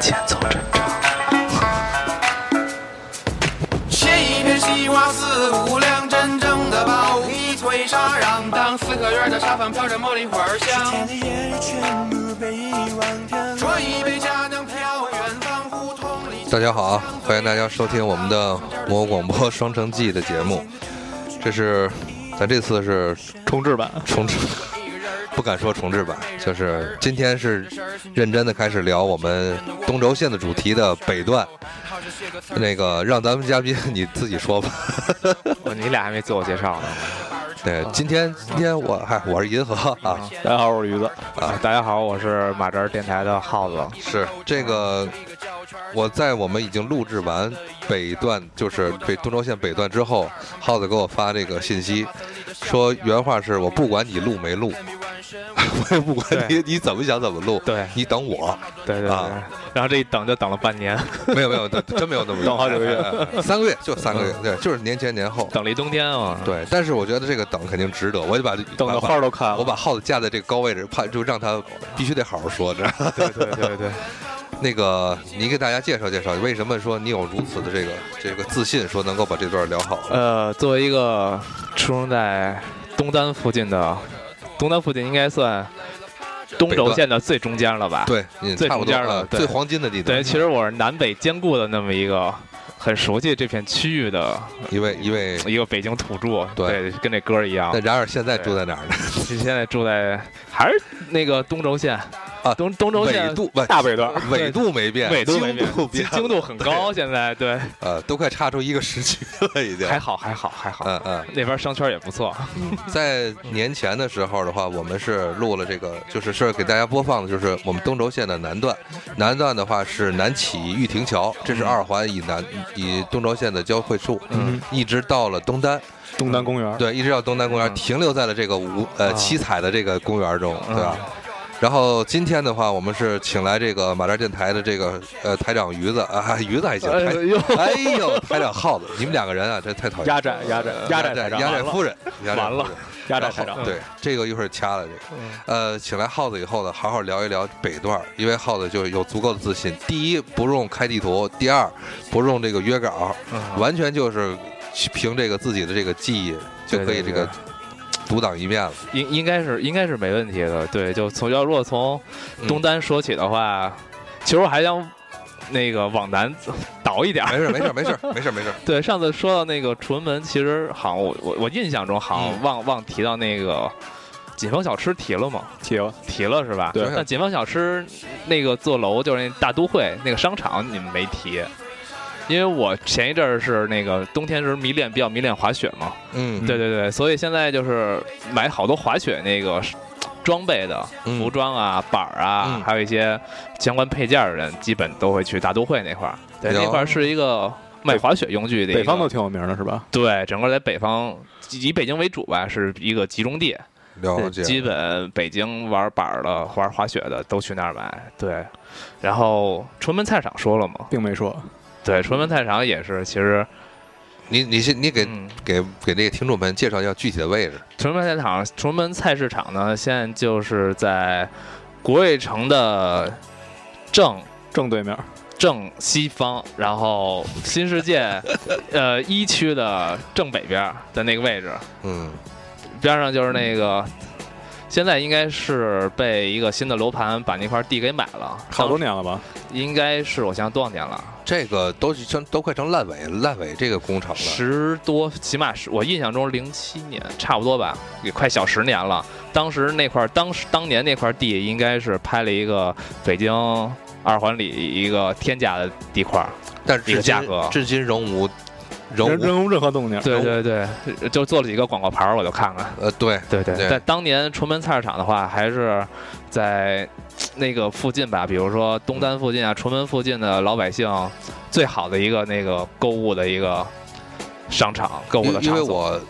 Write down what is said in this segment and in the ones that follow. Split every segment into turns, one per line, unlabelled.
前奏阵仗，
切一片西瓜四五两，真正的宝一推沙瓤。当四合院的沙发飘着茉莉花香，
的夜全部被遗忘掉了。
端一杯佳酿飘远方，胡同里。
大家好啊，欢迎大家收听我们的魔广播《双城记》的节目。这是咱这次是
重置版，
重置，不敢说重置版，就是今天是认真的开始聊我们东轴线的主题的北段。那个让咱们嘉宾你自己说吧。
哦你俩还没自我介绍呢。
对，今天今天我嗨，我是银河啊，
大家好，我是鱼子。
啊，大家好，我是马哲电台的耗子。
是这个。我在我们已经录制完北段，就是北东轴线北段之后，耗子给我发这个信息，说原话是我不管你录没录，我也不管你你怎么想怎么录，
对
你等我，
对对对，
啊
然后这一等就等了半年，
没有没有，真真没有那么远
等好几个月
哎哎哎三个月就三个
嗯
月，对，就是年前年后，
等了一冬天啊。，
对，但是我觉得这个等肯定值得，我就把
等的
把
花儿都开了。
我把耗子架在这个高位置，怕就让他必须得好好说着。
对对对对，
那个，你给大家介绍介绍，为什么说你有如此的这个这个自信，说能够把这段聊好？
呃，作为一个出生在东单附近的，东单附近应该算东
北
轴
段
线的最中间了吧？
对，你
最
差不
中
多
间了
呃
对
最黄金的地段。
对，其实我是南北兼顾的那么一个很熟悉这片区域的
一位一位，
一个北京土著，
对
对，跟这歌一样
那。然而现在住在哪儿呢？
其实现在住在还是那个东轴线
啊
东东轴
纬
线
度不
大北段，
纬度没变，
纬度没
经
变
度变
京
了，
京度很高，现在对，
呃，都快差出一个时区了，已经。
还好还好还好，
嗯嗯，
那边商圈也不错。
在年前的时候的话，我们是录了这个，就是是给大家播放的，就是我们东轴线的南段。南段的话是南起玉亭桥，这是二环以南以东轴线的交汇处，
嗯，
一直到了东单，
东单公园。
对，一直到东单公园，
嗯
停留在了这个五呃七彩的这个公园中，对吧？
嗯
然后今天的话，我们是请来这个马扎电台的这个呃台长鱼子啊，鱼子还行，
哎呦，
台哎呦台长耗子，你们两个人啊，真太讨厌
压
了，
寨，压寨，
压
寨
嗯
台
寨
长，
呃压寨夫人，压寨
完了
夫人
压寨
然
台
后
长。
对，这个一会儿掐了这个。
嗯
呃，请来耗子以后呢，好好聊一聊北段儿，因为耗子就有足够的自信。第一，不用开地图；第二，不用这个约
啊
稿，
嗯
完全就是凭这个自己的这个记忆就可以这
对对
个独当一面了。
应应该是应该是没问题的。对，就从要如果从
嗯
东单说起的话，其实我还想那个往南倒一点儿。
没事，没事，没事，没事，没事。
对，上次说到那个崇文门，其实好像我我我印象中好像
嗯
忘忘提到那个锦丰小吃提了吗？
提了，
提了是吧？
对
那锦丰小吃那个坐楼就是那大都会那个商场，你们没提。因为我前一阵儿是那个冬天时迷恋比较迷恋滑雪嘛，
嗯，
对对对，所以现在就是买好多滑雪那个装备的
嗯
服装啊、板儿啊，
嗯
还有一些相关配件儿的人，基本都会去大都会那块儿。对，
有
那块儿是一个卖滑雪用具的一个
北方都挺有名的，是吧？
对，整个在北方以以北京为主吧，是一个集中地。
了解。
基本北京玩板儿的、玩滑雪的都去那儿买。对，然后崇文菜场说了嘛，
并没说。
对，崇文菜场也是，其实
你你先你给
嗯
给给那个听众朋友介绍一下具体的位置。
崇文菜场、崇文菜市场呢，现在就是在国卫城的正
正对面，
正西方，然后新世界呃一区的正北边儿的那个位置，
嗯，
边上就是那个。现在应该是被一个新的楼盘把那块地给买了，
好多年了吧？
应该是我想想多少年了，
这个都是成都快成烂尾烂尾这个工程了。
十多，起码是我印象中零七年差不多吧，也快小十年了。当时那块儿，当时当年那块地应该是拍了一个北京二环里一个天价的地块儿。
但是
一
至
个
今
价格
至今仍无仍
人
无
人无任何动静。
对对对，就做了几个广告牌儿，我就看看。
呃对
对对
对
但当年崇文菜市场的话，还是在那个附近吧，比如说东单附近啊、崇文附近的老百姓最好的一个那个购物的一个商场，购物的
因因
场
为
所。
我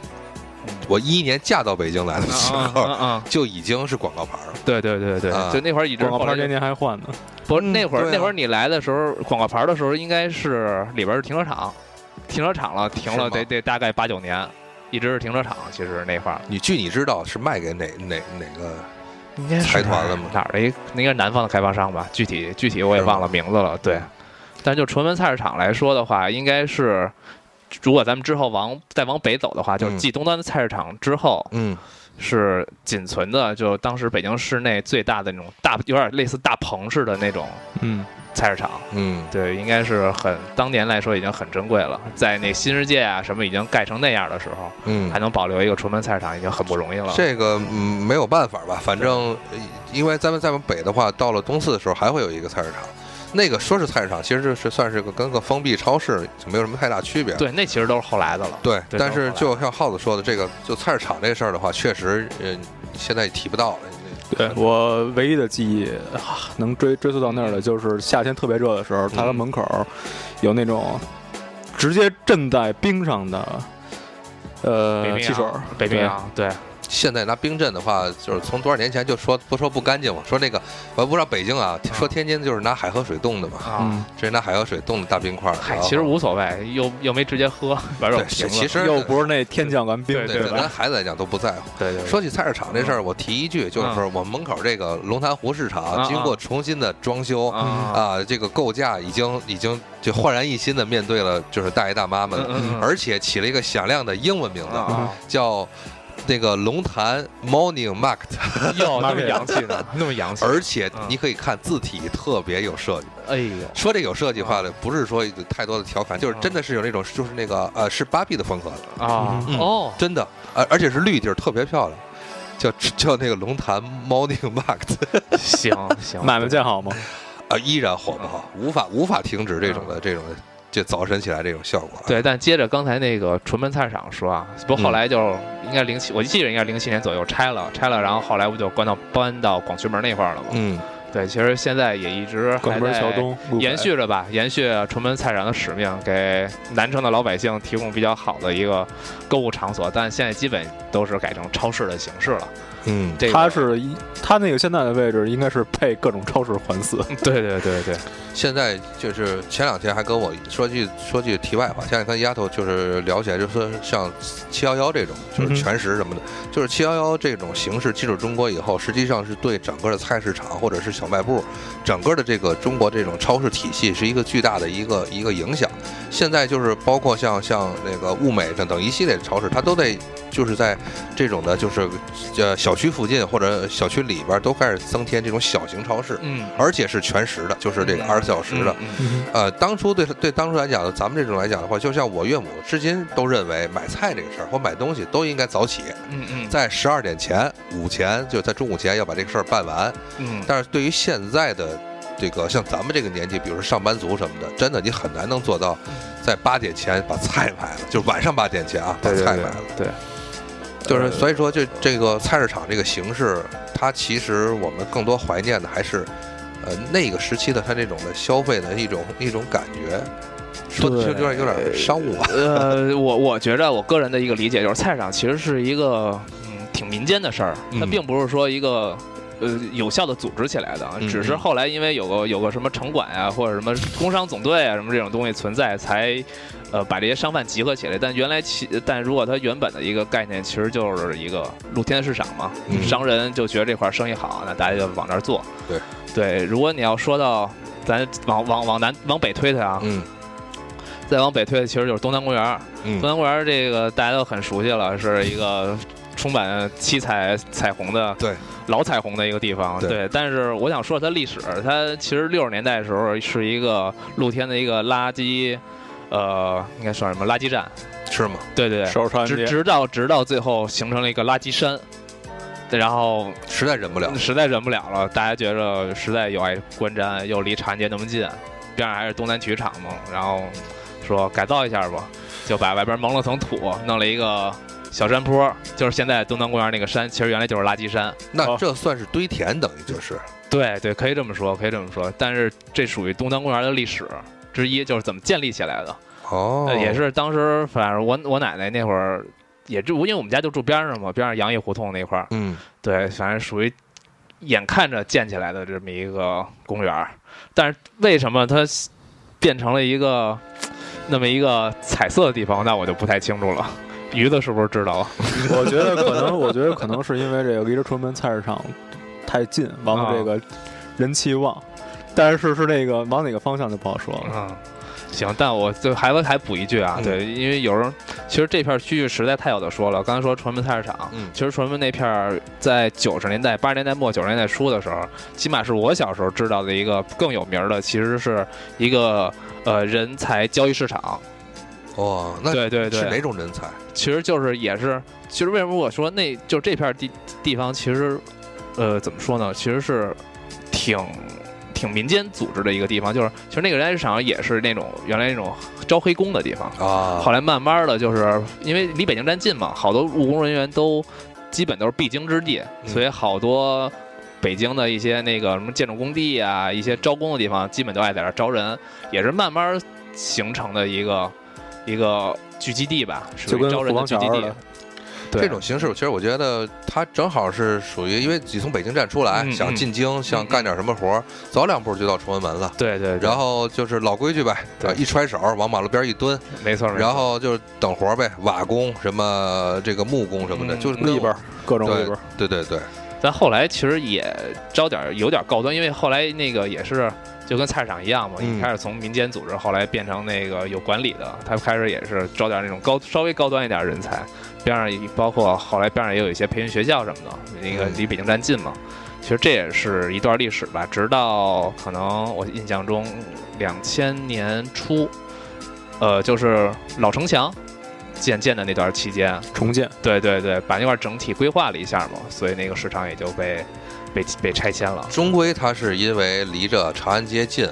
我一一年嫁到北京来的时
嗯嗯
候
嗯嗯，
就已经是广告牌了，
对对对对，
啊
就那会儿一直
广告
后来
牌嗯
就
年年还换呢。
不是那会儿、
对啊
那会儿你来的时候，广告牌的时候应该是里边是停车场，停车场了停了
是吗
得得大概八九年，一直是停车场。其实那块儿
你据你知道是卖给哪哪哪个？
应该
财团了吗
哪儿的一个应该是南方的开发商吧？具体具体我也
是吗嗯
忘了名字了。对，但就崇文菜市场来说的话，应该是如果咱们之后往再往北走的话，就是
嗯
继东单菜市场之后，
嗯，
是仅存的就当时北京市内最大的那种大，有点类似大棚似的那种
嗯，
菜市场。
嗯，
对，应该是很当年来说已经很珍贵了，在那新世界啊什么已经盖成那样的时候，
嗯
还，能保留一个崇文菜市场，已经很不容易了。
这个嗯没有办法吧，反正呃因为咱们再往北的话，到了东四的时候还会有一个菜市场，那个说是菜市场，其实就是算是个跟个封闭超市就没有什么太大区别。
对，那其实都是后来的了。
对
对
但是
都是
就像耗子说的，这个就菜市场这事儿的话，确实呃现在也提不到了。
对我唯一的记忆啊能追追溯到那儿的，就是夏天特别热的时候，他的门口有那种直接镇在冰上的
北
呃
冰洋
汽水儿，
北冰洋，对，
现在拿冰镇的话，就是从多少年前就说不说不干净嘛，说那个我不知道北京啊，说天津就是拿海河水冻的嘛，
对。
啊，
嗯，
直接拿海河水冻的大冰块儿。
嗨，
然后
其实无所谓，又又没直接 喝，反正
对
我，
其
瓶子
其实
又不是那天降完冰，
对
对，
吧
咱孩子来讲都不在乎。
对啊对，
说起菜市场这事儿，我提一句，就是
嗯
我们门口这个龙潭湖市
啊
场经过重新的装修
啊
嗯
啊，
啊，这个构架已经已经就焕然一新的面对了就是大爷大妈
嗯
们，
嗯，
而且起了一个响亮的英文名
嗯
啊
字，
啊，
叫那个龙潭 Morning Market，
啊哟，那么洋气呢，那么洋气，
而且
啊
你可以看字体特别有设计。
哎呦，
说这有设计化的，不是说有太多的调侃，就是
嗯
真的是有那种就是那个呃是芭比的风格的，
啊
嗯
哦，
真的，而而且是绿地儿特别漂亮。叫叫那个龙潭 Morning Market，
行行，
买卖见好吗？
啊，依然火爆，无法无法停止这种的这种的，就早晨起来这种效果。，
对，但接着刚才那个纯门菜市场说啊，不
嗯
过后来就应该零七，我记得应该零七年左右拆了，拆了，然后后来不就搬到搬到广渠门那块儿了嘛？
嗯，
对，其实现在也一直
广
还
门桥
在
东路北
延续着吧，延续崇文菜市场的使命，给南城的老百姓提供比较好的一个购物场所，但现在基本都是改成超市的形式了。
嗯，
这个
它是一，它那个现在的位置应该是配各种超市环伺。
对对对对，
现在就是前两天还跟我说句说句题外话，现在跟丫头就是聊起来，就说像七幺幺这种，就
嗯哼
是全食什么的，就是七幺幺这种形式进入中国以后，实际上是对整个的菜市场或者是小卖部，整个的这个中国这种超市体系是一个巨大的一个一个影响。现在就是包括像像那个物美等等一系列的超市，它都在就是在这种的，就是呃小区附近或者小区里边儿都开始增添这种小型超市。
嗯，
而且是全时的，就是这个二十四小时的。
嗯，嗯
呃，当初对对当初来讲，咱们这种来讲的话，就像我岳母至今都认为买菜这个事儿或买东西都应该早起，
嗯嗯
在十二点前、午前，就在中午前要把这个事儿办完。
嗯，
但是对于现在的这个像咱们这个年纪，比如说上班族什么的，真的你很难能做到
嗯
在八点前把菜买了，就是晚上八点前啊把
对对
菜
对
买了。
对，
就是所以说，就这个菜市场这个形式，它其实我们更多怀念的还是，呃，那个时期的它这种的消费的一种一种感觉，说的就有点有点商务啊吧。
呃，我我觉着我个人的一个理解就是，菜市场其实是一个嗯挺民间的事儿，它
嗯
并不是说一个。呃，有效的组织起来的，
嗯
只是后来因为有个有个什么城管啊，或者什么工商总队啊，什么这种东西存在，才呃把这些商贩集合起来。但原来其但如果它原本的一个概念，其实就是一个露天市场嘛，
嗯
商人就觉得这块儿生意好，那大家就往那儿做。
对
对，如果你要说到咱往往往南往北推推啊，
嗯
再往北推，其实就是东南公园儿。
嗯
东南公园儿这个大家都很熟悉了，是一个充满七彩彩虹的
对
老彩虹的一个地方。
对
但是我想说它历史，它其实六十年代的时候是一个露天的一个垃圾，呃，应该算什么垃圾站？
是吗？
对对对。
首尔长安
直
街
直到直到最后形成了一个垃圾山，然后
实在忍不了。
嗯实在忍不了了，大家觉着实在有碍观瞻，又离长安街那么近，边上还是东南体育场嘛，然后说改造一下吧，就把外边蒙了层土，弄了一个小山坡，就是现在东南公园那个山，其实原来就是垃圾山。
那这算是堆填，等于就是
对对，可以这么说，可以这么说。但是这属于东南公园的历史之一，就是怎么建立起来的。
哦
呃，也是当时，反正我我奶奶那会儿也住，因为我们家就住边上嘛，边上杨毅胡同那块儿，
嗯，
对，反正属于眼看着建起来的这么一个公园儿，但是为什么它变成了一个那么一个彩色的地方，那我就不太清楚了。鱼子是不是知道啊？
我觉得可能，我觉得可能是因为这个离着崇文门菜市场太近，完了
啊
这个人气旺，但是是那个往哪个方向就不好说了。
嗯，行，但我就还还补一句啊，
嗯
对，因为有人其实这片区域实在太有的说了。刚才说崇文门菜市场，
嗯
其实崇文门那片儿在九十年代、八十年代末、九十年代初的时候，起码是我小时候知道的一个更有名儿的，其实是一个呃人才交易市场。
哦，那
对对
是哪
对，
种人才？
其实就是也是，其实为什么我说那就这片地地方其实呃怎么说呢，其实是挺。挺民间组织的一个地方，就是其实那个人才市场也是那种原来那种招黑工的地方，
啊，
后来慢慢的就是因为离北京站近嘛，好多务工人员都基本都是必经之地，
嗯
所以好多北京的一些那个什么建筑工地啊，一些招工的地方，基本都爱在这儿招人，也是慢慢形成的一个一个聚集地吧，属
就
于
跟
招人
虎
的
坊
聚
桥
集
似
地
的。，
对
这种形式，其实我觉得它正好是属于，因为你从北京站出来，
嗯
想
嗯
进京，想干点什么活儿，走两步就到崇文门了。
对对，对
然后就是老规矩呗，
对
啊一揣手往马路边一蹲，
没错，没错
然后就是等活儿呗，瓦工什么这个木工什么的，
嗯
就是跟
里边
我
各种里
对
边，
对对对，
但后来其实也招点儿有点高端，因为后来那个也是就跟菜市场一样嘛，
嗯
一开始从民间组织，后来变成那个有管理的，他开始也是招点儿那种高稍微高端一点儿人才，边上也包括后来边上也有一些培训学校什么的，那个
嗯
离北京站近嘛。其实这也是一段历史吧，直到可能我印象中两千年初，呃，就是老城墙建建的那段期间，
重建。
对对对，把那块儿整体规划了一下嘛，所以那个市场也就被被被拆迁了。
终归它是因为离着长安街近，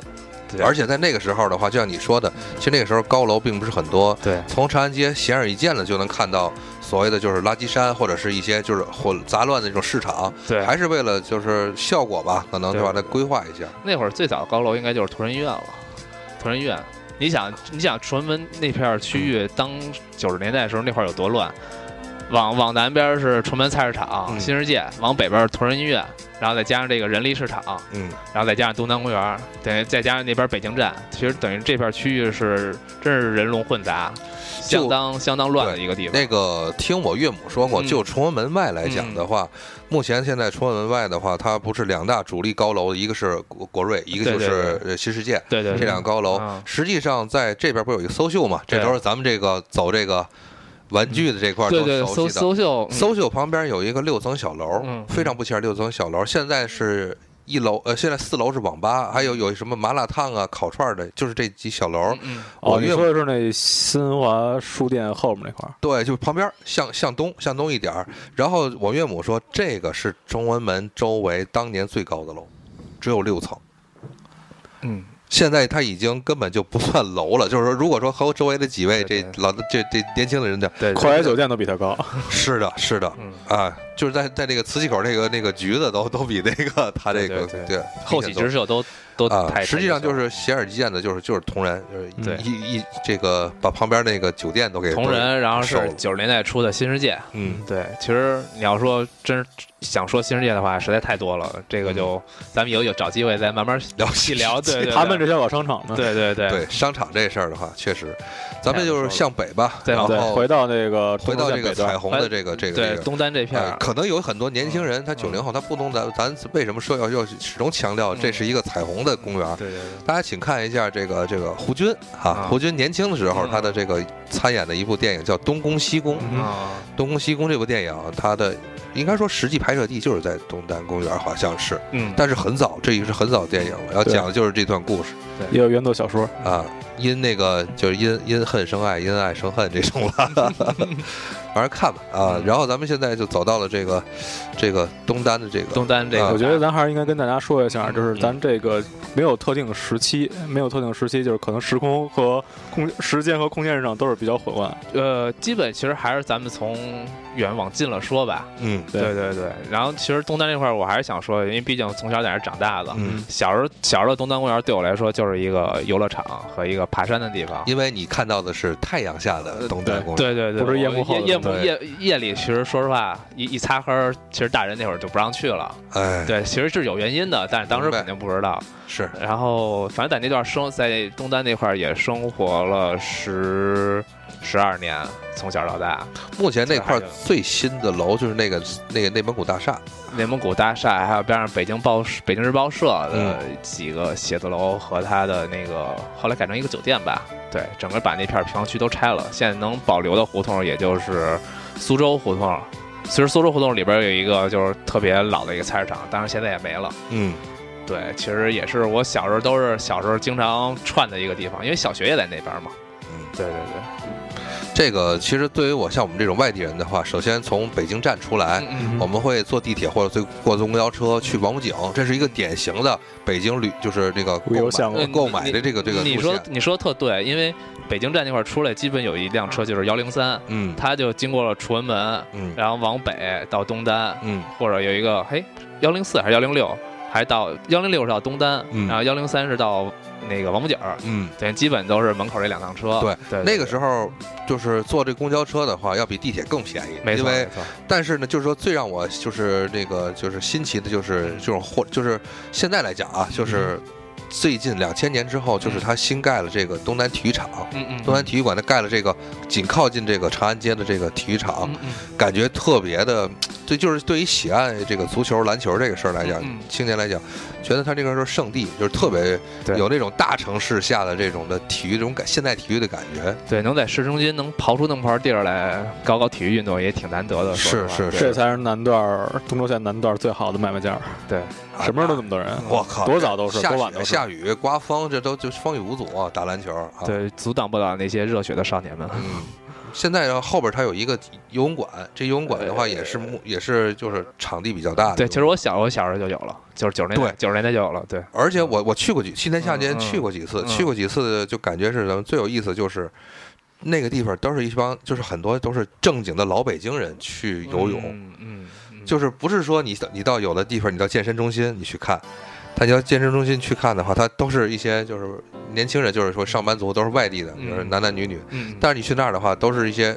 对
而且在那个时候的话，就像你说的，其实那个时候高楼并不是很多，
对
从长安街显而易见的就能看到所谓的就是垃圾山或者是一些就是混杂乱的那种市场，
对，
还是为了就是效果吧，可能就
对
把它规划一下。
那会儿最早高楼应该就是同仁医院了。同仁医院，你想你想崇文门那片儿区域，当九十年代的时候那会儿有多乱？往往南边是崇文门菜市场、
嗯
新世界，往北边是同仁医院，然后再加上这个人力市场，
嗯，
然后再加上东南公园，等于再加上那边北京站，其实等于这片儿区域是真是人龙混杂，相当相当乱的一个地方。
那个听我岳母说过，
嗯
就崇文门外来讲的话，目前现在崇文门外的话，它不是两大主力高楼，一个是国国瑞，一个就
对对
是呃新世界。
对对对，
这两个高楼
嗯，
实际上在这边不是有一个搜秀嘛？
对啊
这都是咱们这个走这个玩具的这块儿
对
都
对，
熟
搜
悉的。
搜秀嗯
搜秀旁边有一个六层小楼，
嗯
非常不起眼。六层小楼现在是一楼，呃，现在四楼是网吧，还有有什么麻辣烫啊、烤串儿的，就是这几小楼。
嗯
我
哦，你
岳母
说的是那新华书店后面那块儿，
对，就旁边儿向向东向东一点儿。然后我岳母说，这个是崇文门周围当年最高的楼，只有六层。
嗯，
现在它已经根本就不算楼了，就是说，如果说和周围的几位
对
这
对
老的这这年轻的人 讲，
对，
快捷酒店都比它高。
是的，是的，
嗯
啊，就是在在这个磁器口那个那个橘子都都比那 个它这个
对对对
对
后起之秀都都
啊，
太，
实际上就是显而易见的，就是就是同仁，就是
对
一一这个把旁边那个酒店都给
同，人，然后
瘦
是
了
九十年代初的新世界。
嗯，
对，其实你要说真想说新世界的话，实在太多了。这个
嗯
就咱们有有找机会再慢慢
聊
细聊。 对，对对
他们这些老商场呢，
对对对
对商场这事儿的话，确实，咱们就是向北吧，
再
然
往
对，
后
回到那个
回到
东
这
线
个
北哎段
彩虹的这个这个
对
这个。
东单这片
呃
儿，
可能有很多年轻人，他九零后，他不懂咱咱为什么说要要始终强调这是一个彩虹的公园，
对对对。
大家请看一下这个这个胡军啊
啊，
胡军年轻的时候，
嗯
他的这个参演的一部电影叫《东宫西宫》。
嗯
啊，
东宫西宫这部电影，它的应该说实际拍摄地就是在东单公园，好像是，
嗯，
但是很早，这已经是很早的电影了。然后
对
讲的就是这段故事。
也有原作小说。
啊，因那个就是因因恨生爱，因爱生恨这种 了，反正看吧
嗯
啊。然后咱们现在就走到了这个这个东单的这个
东单这
啊嗯
个，
我觉得咱还是应该跟大家说一下，就是咱这个没有特定的时期，没有特定时期，就是可能时空和空时间和空间上都是比较混乱。
呃，基本其实还是咱们从远往近了说吧。
嗯
对
对对对，然后其实东单这块儿我还是想说，因为毕竟从小在这儿长大的，
嗯，
小时候小时候的东单公园对我来说就是一个游乐场和一个爬山的地方。
因为你看到的是太阳下的东单公园，
对对对，
不是夜
我
幕后的
夜
东
幕
西
夜夜里，其实说实话，一一擦黑儿，其实大人那会儿就不让去了。
哎，
对，其实是有原因的，但是当时
明白
肯定不知道。
是
然后，反正在那段生在东单那块儿也生活了十十二年，从小到大。
目前那块儿
这还是
最新的楼就是那个那个内蒙古大厦，
内蒙古大厦，还有边上北京报社、北京日报社
嗯
的几个写字楼和它的那个后来改成一个酒店吧。对，整个把那片儿平房区都拆了，现在能保留的胡同也就是苏州胡同。其实苏州胡同里边有一个就是特别老的一个菜市场，当然现在也没了。
嗯，
对，其实也是我小时候都是小时候经常串的一个地方，因为小学也在那边嘛。
嗯，
对对对，
这个其实对于我像我们这种外地人的话，首先从北京站出来，
嗯
我们会坐地铁或者坐过坐公交车去王府井，这是一个典型的北京旅，就是这个
旅游
购
项
买
目
购买的这个这个
嗯你
路
说
线。
你说得特对，因为北京站那块儿出来，基本有一辆车就是幺零三，
嗯
它就经过了崇文门，
嗯
然后往北到东单，
嗯
或者有一个嘿幺零四还是幺零六，还到幺零六是到东单，
嗯
然后幺零三是到那个王府井儿，
嗯，
对，基本都是门口这两趟车。
对
对，
那个时
候
候就是坐这公交车的话，要比地铁更便宜，
没
因
错
为
没错，
但是呢，就是说最让我就是那个就是新奇的，就是这种货，就是现在来讲啊，
嗯
就是最近两千年之后，就是他新盖了这个东南体育场，
嗯嗯，
东南体育馆，他盖了这个紧靠近这个长安街的这个体育场，
嗯嗯
感觉特别的，对，就是对于喜爱这个足球、篮球这个事儿来讲，
嗯嗯
青年来讲，觉得他这个是圣地，就是特别
对
有那种大城市下的这种的体育这种感现代体育的感觉，
对，能在市中心能刨出那么块地儿来搞搞体育运动，也挺难得的。说实话
是是
这才是南段儿东周线南段儿最好的买卖价儿，
对，
什么时候都那么多人。
啊我靠，
多早都是
下
多晚
雪、
都是
下雨、刮风，这都就是风雨无阻啊、打篮球啊。，
对，阻挡不了那些热血的少年们。
嗯，现在后边它有一个游泳馆，这游泳馆的话也是木也是就是场地比较大的。
对，其实我小我小时候就有了，就是九十年代
对
九十年代就有了。对，
而且我我去过几，去年夏天
嗯嗯
去过几次，
嗯
去过几次就感觉是什么最有意思就是。那个地方都是一帮，就是很多都是正经的老北京人去游泳，
嗯嗯，嗯
就是不是说你你到有的地方，你到健身中心你去看，他要健身中心去看的话，他都是一些就是年轻人，就是说上班族，都是外地的，
嗯
就是男男女女。
嗯
但是你去那儿的话，都是一些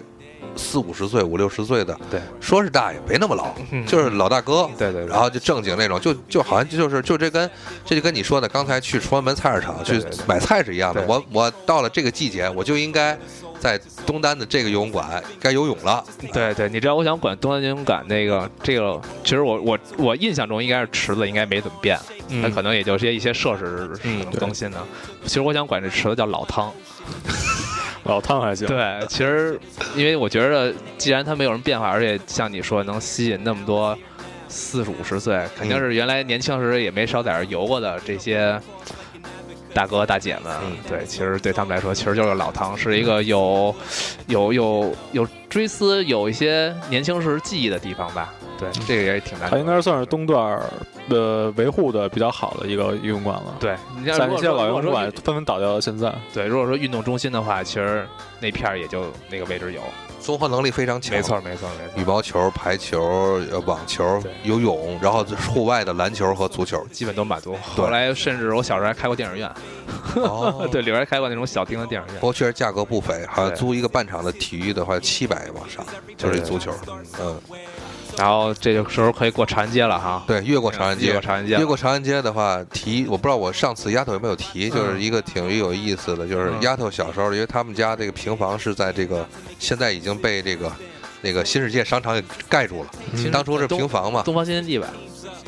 四五十岁、五六十岁的，
对，
说是大爷没那么老，
嗯
就是啊老大哥。
对对，对
然后就正经那种，就就好像就是就这跟这就跟你说的刚才去崇文门菜市场去
对对对
买菜是一样的。
对
我我到了这个季节，我就应该在东单的这个游泳馆该游泳了。
对对，你知道我想管东南游泳馆那个这个，其实我我我印象中应该是池子应该没怎么变，它可能也就是一些设施
嗯
更新的。其实我想管这池子叫老汤。
老汤还行，
对，其实因为我觉得，既然它没有什么变化，而且像你说能吸引那么多四十五十岁，肯定是原来年轻时也没少在这儿游过的这些大哥大姐们。
嗯
对，其实对他们来说，其实就是老唐，是一个有有有有追思有一些年轻时记忆的地方吧。对，这个也挺难得
它
的。
应该算是东段儿呃维护的比较好的一个游泳馆了。
对，你像如
在那
果
些
说如
老游
果
泳
说
馆纷纷倒掉到现在，
对，如果说运动中心的话，其实那片儿也就那个位置有。
综合能力非常强。
没错，没错，没错。
羽毛球、排球、呃网球
对、。
游泳，然后户外的篮球和足球
基本都满足。
对
后来甚至我小时候还开过电影院，
哦
对，里边还开过那种小厅的电影
不过确实价格不菲，好像
对
租一个半场的体育的话，七百往上，就是一足球。嗯，
院。然后这个时候可以过长安街了哈，
对，越过长安
越
街
过，长安街了，
越过长安街的话，提我不知道我上次丫头有没有提，就是一个挺有意思的，就是
嗯
丫头小时候，因为他们家这个平房是在这个现在已经被这个那个新世界商场给盖住了，
其实
当初是
东
平房嘛，
啊东方新天地吧，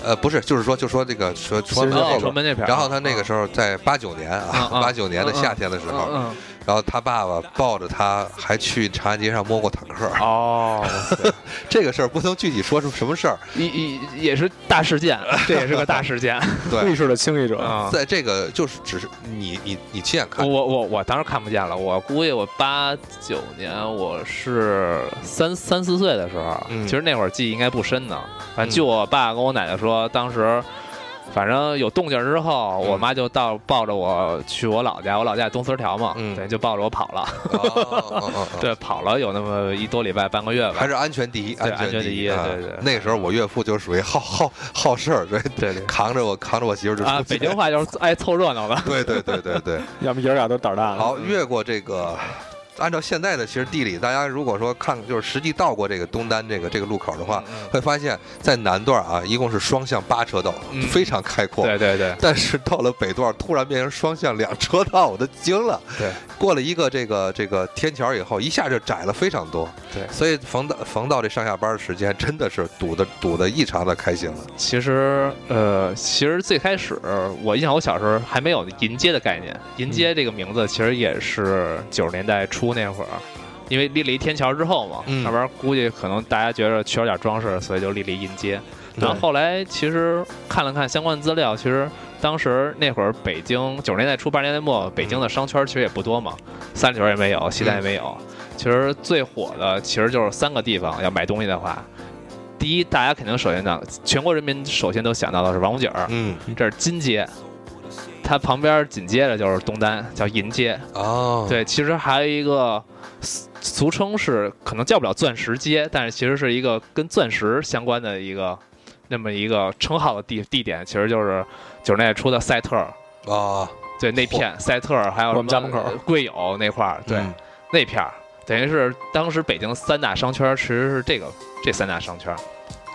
呃，不是，就是说就说这个说
新
窗
世界
门后
哦，
边
崇。门那啊片儿。
然后他那个时候在八九年啊，
嗯嗯
八九年的夏天的时
嗯，
候，
嗯嗯
然后他爸爸抱着他还去长安街上摸过坦克，
嗯，哦，哇塞
这个事儿不能具体说是什么事儿，
也也也是大事 件，这也是个大事 件
对
历史的轻易者，
啊。
在这个就是只是你你你亲眼
我
看，
我我当时看不见了，我估计我八九年我是三三四岁的时候，
嗯
其实那会儿记忆应该不深呢。反
嗯
正据我爸跟我奶奶说，当时反正有动静之后，
嗯
我妈就到抱着我去我老家，我老家在东四条嘛，
嗯
对，就抱着我跑了，
哦哦哦哦
对，跑了有那么一多礼拜半个月吧
还，是安全第一，
对
全一。
安全
啊
第一对对
那个时候我岳父就属于好好好事儿，对，
对对。
扛着我扛着我媳妇儿就
啊，
出
北
去。
京话就是爱凑热闹的
，对对对对 对。
要么爷儿俩都胆儿大了。
好，越过这个，按照现在的其实地理，大家如果说看就是实际到过这个东单这个这个路口的话，会发现在南段啊，一共是双向八车道，
嗯
非常开阔。
对对对，
但是到了北段，突然变成双向两车道，我都惊了。
对，
过了一个这个这个天桥以后，一下就窄了非常多。
对
所以冯道冯道这上下班的时间真的是堵的堵的异常的开心了。
其实，呃，其实最开始我印象，我小时候还没有“银街”的概念，“银街”这个名字其实也是九十年代初那会儿，因为立了一天桥之后嘛，
嗯
要不然估计可能大家觉得缺了点装饰，所以就立了一银街。
对
然后后来其实看了看相关资料，其实当时那会儿北京九十年代初八十年代末，北
嗯
京的商圈其实也不多嘛，三里屯也没有，西单也没有。其实最火的其实就是三个地方，要买东西的话，第一大家肯定首先想，全国人民首先都想到的是王府井儿，
嗯，
这是金街。它旁边紧接着就是东单，叫银街。
嗯
哦，，
对，其实还有一个俗俗称是可能叫不了钻石街，但是其实是一个跟钻石相关的一个那么一个称号的地地点，其实就是九十年代初的赛特，
啊，
对那片赛特，还有
我们
什
家
么
门口
呃贵友那块儿，对、
嗯
那片儿，等于是当时北京三大商圈，其实是这个这三大商圈。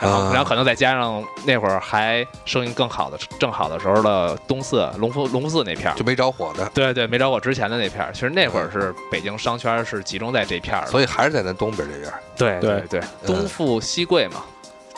然后，
啊
然后可能再加上那会儿还生意更好的正好的时候的东四隆福隆福寺那片儿，
就没着火的，
对对，没找我之前的那片儿，其实那会儿是北京商圈是集中在这片儿的，
所以还是在咱东北这边。
对
对
对，东富西贵嘛，啊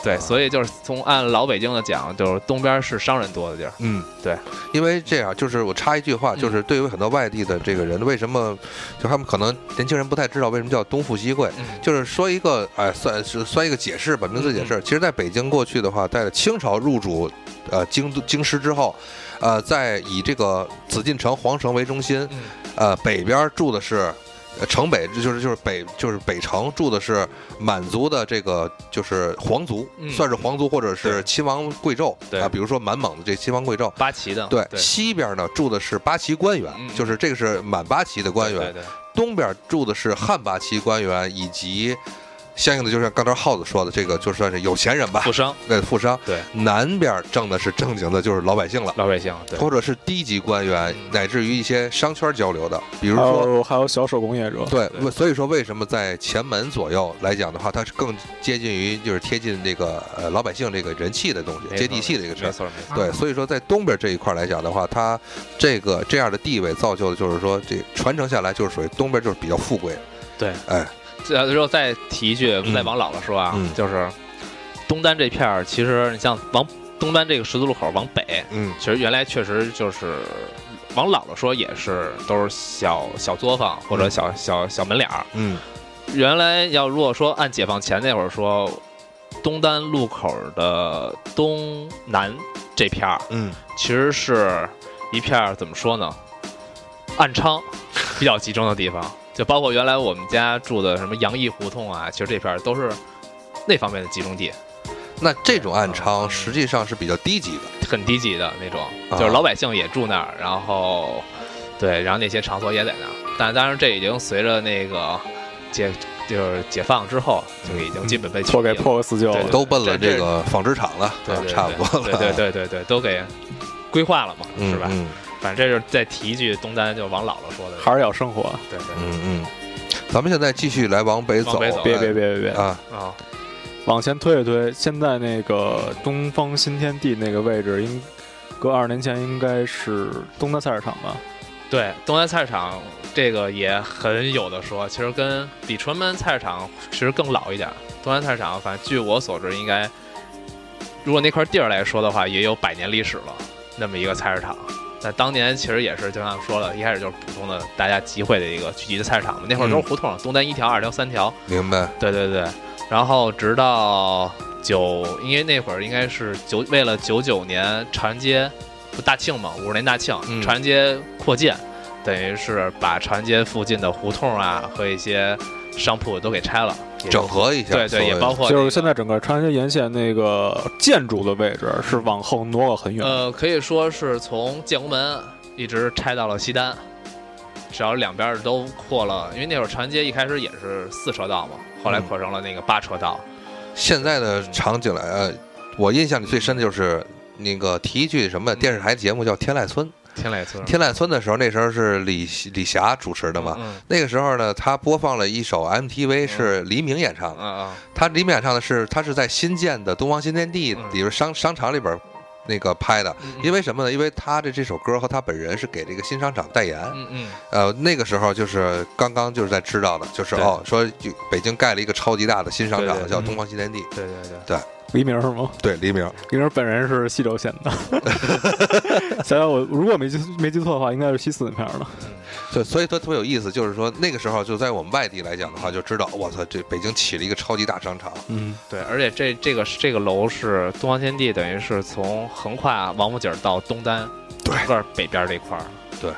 对，所以就是从按老北京的讲，就是东边是商人多的地儿，
嗯，
对，
因为这样，就是我插一句话，
嗯
就是对于很多外地的这个人，为什么就他们可能年轻人不太知道为什么叫东富西贵，
嗯
就是说一个哎，算是算一个解释吧，名词解释。其实，在北京过去的话，在清朝入主呃京都京师之后，呃，在以这个紫禁城、皇城为中心，
嗯
呃，北边住的是。呃城北就是就是北就是北城住的是满族的这个就是皇族，
嗯
算是皇族或者是
对
亲王贵胄
对
啊，比如说满蒙的这亲王贵胄，啊
八旗的，
对，
对
西边呢住的是八旗官员，
嗯
就是这个是满八旗的官员；
对对对
东边住的是汉八旗官员以及。相应的，就像刚才耗子说的，这个就算是有钱人吧
富，商
对富商。
对，
南边挣的是正经的，就是老百姓了，
老百姓，对
或者是低级官员，
嗯
乃至于一些商圈交流的，比如
还
哦
说，
有还有小手工业者，
对，
对
所以说为什么在前门左右来讲的话，它是更接近于就是贴近这个呃老百姓这个人气的东西，
没
接地
错
气的一个事
没
儿。
错没错，
对，所以说在东边这一块来讲的话，它这个这样的地位造就的就是说，这传承下来就是属于东边就是比较富贵。
对，
哎，
呃，之后再提一句，
嗯
再往老了说啊，
嗯
就是东单这片儿，其实你像往东单这个十字路口往北，
嗯
其实原来确实就是往老了说也是都是小小作坊或者小小小门脸儿。
嗯
原来要如果说按解放前那会儿说，东单路口的东南这片儿，
嗯，
其实是一片儿怎么说呢，暗娼比较集中的地方，就包括原来我们家住的什么杨毅胡同啊，其实这片儿都是那方面的集中地，
那这种暗娼实际上是比较低级的。
很低级的那种，
啊
就是老百姓也住那儿，然后对，然后那些场所也在那儿，但当然这已经随着那个解就是解放之后，就已经基本被
错给
嗯
取缔了
破个四旧
对
了
对。
都奔了
这
这个纺织厂了，
对
啊
对对
差不多了，
对对对对对，都给规划了嘛，
嗯，
是吧？
嗯
反正这就是再提一句东单，就往老了说的，
还是要生活，
对对
嗯嗯。咱们现在继续来往北走，
往北走
别别别别别，
啊，
啊，
往前推一推，现在那个东方新天地那个位置，应隔二十年前应该是东单菜市场吧？
对，东单菜市场这个也很有的说，其实跟比崇文门菜市场其实更老一点儿。东单菜市场，反正据我所知，应该如果那块地儿来说的话，也有百年历史了，那么一个菜市场。那当年其实也是，就像说了，一开始就是普通的大家集会的一个聚集的菜市场嘛。那会儿都是胡同，东单一条、二条、三条，
明白，
对对对。然后直到九，因为那会儿应该是九，为了九九年长安街不大庆嘛，五十年大庆，
嗯
长安街扩建，等于是把长安街附近的胡同啊和一些商铺都给拆了，也
整合一下，
对对，也包括
就
那
是
个
现在整个长安街沿线那个建筑的位置是往后挪了很远，
呃，可以说是从建国门一直拆到了西单，只要两边儿都扩了，因为那会儿长安街一开始也是四车道嘛，后来
嗯
扩成了那个八车道。
现在的场景来，呃，我印象里最深的就是那个提一句什么电视台节目叫《天籁村》，
天籁村
《天籁村》的时候，那时候是李李霞主持的嘛。
嗯
那个时候呢，他播放了一首 MTV 是黎明演唱
嗯
的，
嗯
他黎明演唱的是他是在新建的东方新天地里边商商场里边那个拍的。
嗯，
因
为
为什么呢？因为他的这首歌和他本人是给这个新商场代言，
嗯嗯
呃，那个时候就是刚刚就是在知道的，就是
对
哦，说就北京盖了一个超级大的新商
对
场，
对
叫
嗯
东方新天地。
对对对。
黎明是吗？
对，黎明，
黎明本人是西周县的， 想想我如果没记没记错的话，应该是西四那片儿的。
对，所以说特别有意思，就是说那个时候就在我们外地来讲的话，就知道我操，这北京起了一个超级大商场，
嗯，
对，而且这这个这个楼是东方天地，等于是从横跨王府井到东单，
对
整个北边这块儿，
对，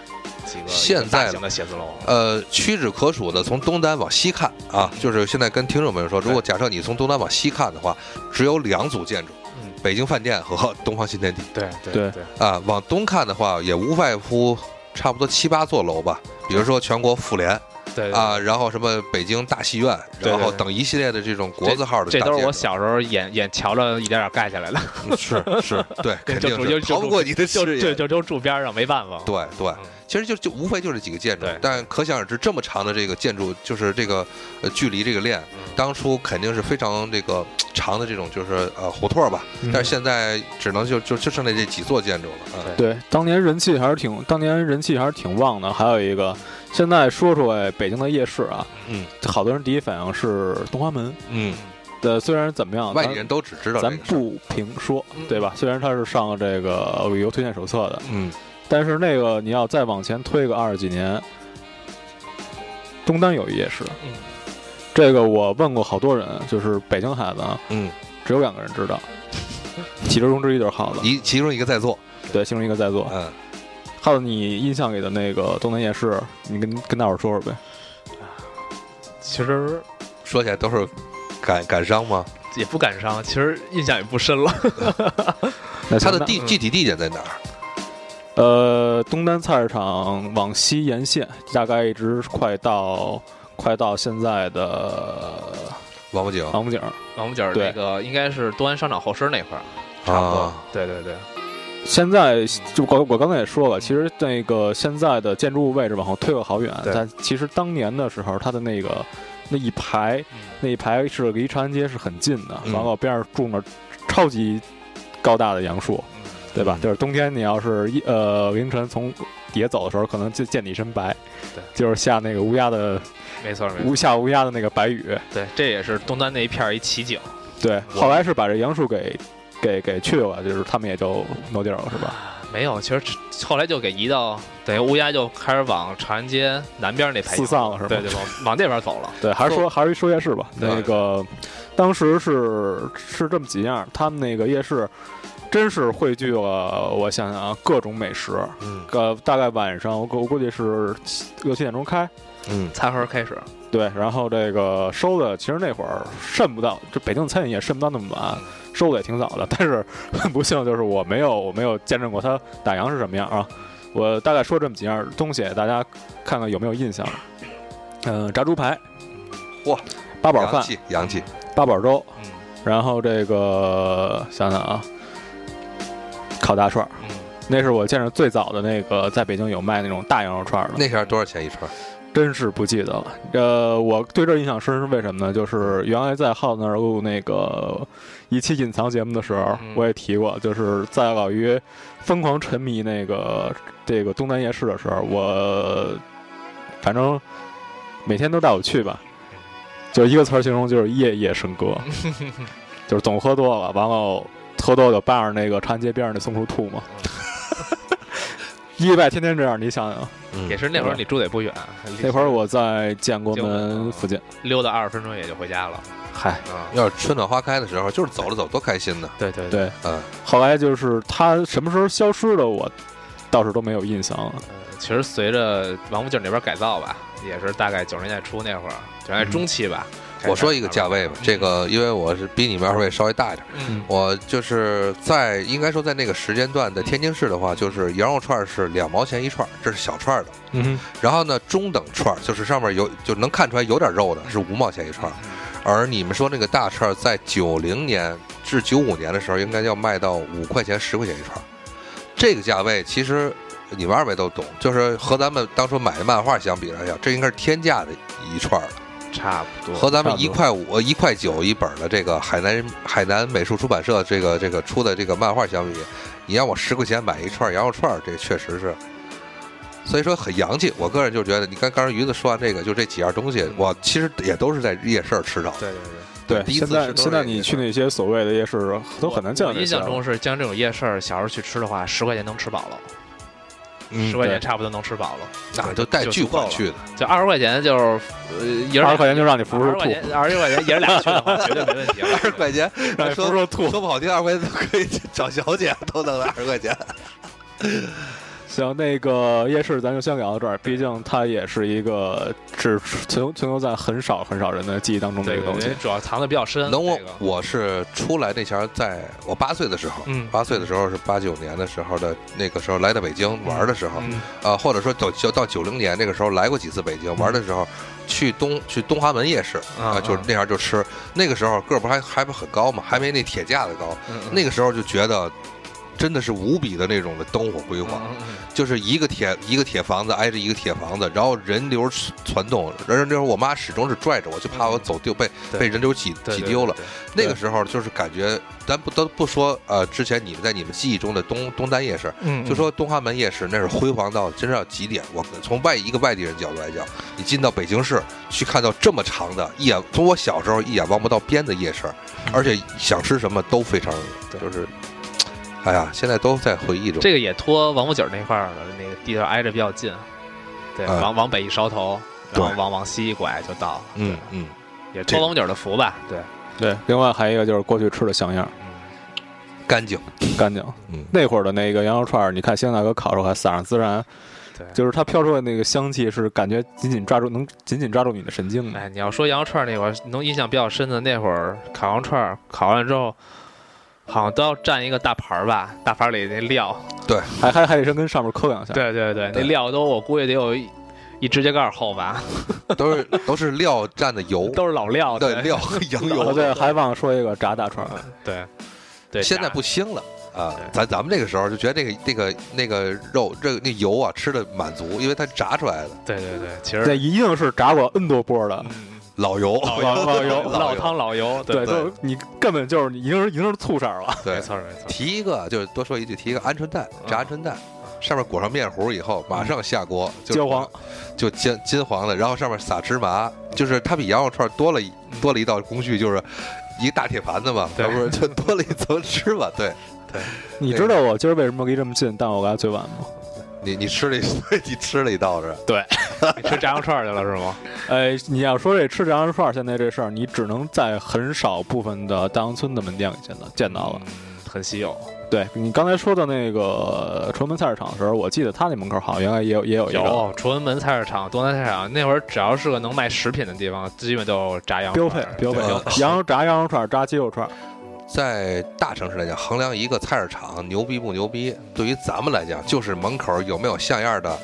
几个
现
一个大
在
型的写字楼，
呃，屈指可数的。从东单往西看啊，就是现在跟听众朋友说，如果假设你从东单往西看的话，只有两组建筑
嗯。
北京饭店和东方新天地
对对
对
对，
啊，往东看的话，也无外乎差不多七八座楼吧，比如说全国妇联，
对，
啊，然后什么北京大戏院，
对
然后
对
等一系列的这种国字号的
这
大
都是
街
我
上
小时候眼眼瞧着一点点盖起来的，
是是， 对，肯
就
定
就是就
逃不过你的视
就就
野。
就都住边上，没办法。
对对
嗯，
其实就就无非就是几个建筑
对，
但可想而知，这么长的这个建筑，就是这个呃距离这个链，
嗯
当初肯定是非常这个长的这种就是呃胡同儿吧，
嗯
但是现在只能就就就剩下这几座建筑了。嗯
对
对，当年人气还是挺，当年人气还是挺旺的。还有一个，现在说出来北京的夜市啊，
嗯，
好多人第一反应是东华门。
嗯，
对，虽然怎
嗯
么样，
外地人都只知道这
咱咱
个事儿。
不评说，对吧？虽然它是上了这个旅游推荐手册的，
嗯，
但是那个你要再往前推个二十几年，东单有一夜市。
嗯
这个我问过好多人，就是北京孩子啊，
嗯，
只有两个人 知道，其中之一就是耗子，
一其中一个在座，
对，其中一个在座。
嗯，
耗子，你印象里的那个东南夜市，你跟跟大伙儿说说呗。
其实
说起来都是感感伤吗？
也不感伤，其实印象也不深了。
那
它的
行
地
嗯
具体地点在哪儿？
那呃，东单菜市场往西沿线，大概一直快到快到现在的
王府井
哦
王府井儿。
王府井
对
那个应该是东安商场后身那块儿，差不多
啊。。
对对对，
现在就我我刚才也说了，其实那个现在的建筑物位置往后退了好远，
对
但其实当年的时候，它的那个那一排
嗯
那一排是离长安街是很近的，
嗯
完了边上种着超级高大的杨树，对吧？
嗯
就是冬天你要是一呃凌晨从底下走的时候，可能就溅你一身白，
对
就是下那个乌鸦的
没错没错。
乌下乌鸦的那个白雨，
对，这也是东单那一片儿一奇景。
对。
我
后来是把这杨树给给给去了，就是他们也就挪地儿了，是吧？
啊没有，其实只后来就给移到，等于乌鸦就开始往长安街南边那排
四散了是吧
对对，往往那边走了。
对，还是
做
说还是说夜市吧。
对
那个当时是是这么几样，他们那个夜市真是汇聚了，我想想啊，各种美食。
嗯
呃，大概晚上我估我估计是七六七点钟开，
嗯
餐盒开始，
对，然后这个收的其实那会儿渗不到，这北京餐饮也渗不到那么晚，收的也挺早的，但是很不幸就是我没有我没有见证过它打烊是什么样啊。我大概说这么几样东西，大家看看有没有印象。嗯、炸猪排，
嚯，
八宝
洋
饭，
嗯气洋气，
八宝粥，
嗯
然后这个想想啊，烤大串儿，
嗯，
那是我见着最早的那个在北京有卖那种大羊肉串儿的，
那前多少钱一串？
真是不记得了。呃，我对这印象深是为什么呢？就是原来在浩那儿录那个一期隐藏节目的时候
嗯，
我也提过，就是在老于疯狂沉迷那个这个东南夜市的时候，我反正每天都带我去吧，就一个词儿形容，就是夜夜笙歌，就是总喝多了，完了喝多了就扒着那个长安街边上那松树吐嘛。 意外天天这样，你想想，
嗯
也是那会儿
对吧
离住的也不远，
那会儿我在建国
建国门
门附近，
溜达二十分钟也就回家了。嗯
嗨，
啊，要是春暖花开的时候，就是走着走多开心呢。
对对
嗯对。
啊，
后来就是他什么时候消失的，我倒是都没有印象了。
其实随着王府井那边改造吧，也是大概九十年代初那会儿，九十年代中期吧。开始
嗯我说一个价位吧，
嗯
这个因为我是比你们二位稍微大一点，
嗯
我就是在应该说在那个时间段的天津市的话，就是羊肉串儿是两毛钱一串儿，这是小串儿的。
嗯
然后呢，中等串儿就是上面有就能看出来有点肉的，是五毛钱一串儿。
嗯
而你们说那个大串儿，在九零年至九五年的时候，应该要卖到五块钱、十块钱一串儿。这个价位其实你们二位都懂，就是和咱们当初买的漫画相比来讲，这应该是天价的一串儿了，
嗯差不多。
和咱
差
们
不
一
多
块五、一块九一本儿的这个海南海南美术出版社这个这个出的这个漫画相比，你让我十块钱买一串儿羊肉串儿，这确实是。所以说很洋气，我个人就觉得，你看刚才鱼子说完这个，就这几样东西，我其实也都是在夜市儿吃到的。
对对对，
对，
第一次
现
吃都是
在现在
这个
你去那些所谓的夜市都很难见
我
到这
印
些了。
象中是像这种夜市儿，小时候去吃的话，十块钱能吃饱了，
嗯
十块钱
对
差不多能吃饱了。
那就啊带巨款去的，
就二十块钱就是呃，一人
二十块钱就让你服
二
侍
十块
吐，
钱，二十块钱也是俩去的话，绝对没问题。二
二十块钱，
让你服侍 吐。
说不好听，二十块钱都可以找小姐，都能二十块钱。
行，那个夜市咱就先聊到这儿，毕竟它也是一个只存存留在很少很少人的记忆当中的
对
一个
对
东
对，因为
西。
主要藏的比较深。
能我
这个
我是出来那前儿，在我八岁的时候，
嗯
八岁的时候是八九年的时候的那个时候来到北京玩的时候，
嗯
啊，或者说到就到九零年那个时候来过几次北京玩的时候，去东去东华门夜市
啊
啊，就是那样就吃。那个时候个儿不还还不很高嘛，还没那铁架子高。
嗯嗯
那个时候就觉得真的是无比的那种的灯火辉煌。
嗯嗯嗯
就是一个铁一个铁房子挨着一个铁房子，然后人流攒动，人流我妈始终是拽着我，就怕我走丢被
嗯对
被人流挤
对
挤
对
丢了
对。对
那个时候就是感觉，咱不都不说呃，之前你们在你们记忆中的东东单夜市，
嗯，
就说东华门夜市那是辉煌到真是要极点。我从外一个外地人角度来讲，你进到北京市去看到这么长的，一眼从我小时候一眼望不到边的夜市，而且想吃什么都非常
嗯对
就是，哎呀，现在都在回忆中。
这个也托王府井那块儿的那个地段挨着比较近，对，
嗯
往往北一梢头，然后
对
往往西一拐就到了，
嗯嗯。
也
这
托王府井的福吧，对，
对，另外还有一个就是过去吃的像样
干净，
干净。
嗯，
那会儿的那个羊肉串儿，你看现在给烤出来撒上孜然，
对
就是它飘出来那个香气是感觉紧紧抓住，能紧紧抓住你的神经的。
哎，你要说羊肉串儿那会儿，能印象比较深的那会儿，烤羊肉串儿烤完之后，好像都要蘸一个大盘儿吧，大盘儿里那料，
还还还得先跟上面扣两下。，
对对对，那
对
料都我估计得有一一指甲盖儿厚吧，
都是都是料蘸的油，
都是老料，
对料 和羊
哦
油。
对，还忘了说一个炸大串儿，
对对，
现在
炸
不兴了啊
对，
咱咱们这个时候就觉得那个那个那个肉这个那油啊吃的满足，因为它炸出来的
对对对，其
那
实
一定是炸过 N 多波的。
嗯
老油，
老
老老油
老汤老油，对，
对，就是你根本就是你已经是已经是醋色儿 了。
没
对。
错没错。
提一个就是多说一句，提一个鹌鹑蛋，炸鹌鹑蛋
啊，
上面裹上面糊以后，马上下锅就
焦黄，
就金金黄的，然后上面撒芝麻，就是它比羊肉串多了一多了一道工序，就是一大铁盘子嘛，
嗯对
它不是就多了一层芝麻，对。
你知道我今儿为什么离这么近，但我来最晚吗？
你你吃了一 你吃了一道是吧？
你吃炸羊串儿去了是吗？
哎，你要说这吃羊肉串儿现在这事儿，你只能在很少部分的大洋村的门店里见到见到了。
嗯很稀有，
对你刚才说的那个崇文门菜市场的时候，我记得他那门口好像原来也有也有一个
有崇文门菜市场、东南菜市场，那会儿只要是个能卖食品的地方，基本都有炸羊
标
串
配
儿
标配
对
对对，
羊肉炸羊肉串儿、炸鸡肉串儿，
在大城市来讲，衡量一个菜市场牛逼不牛逼，对于咱们来讲，就是门口有没有像样的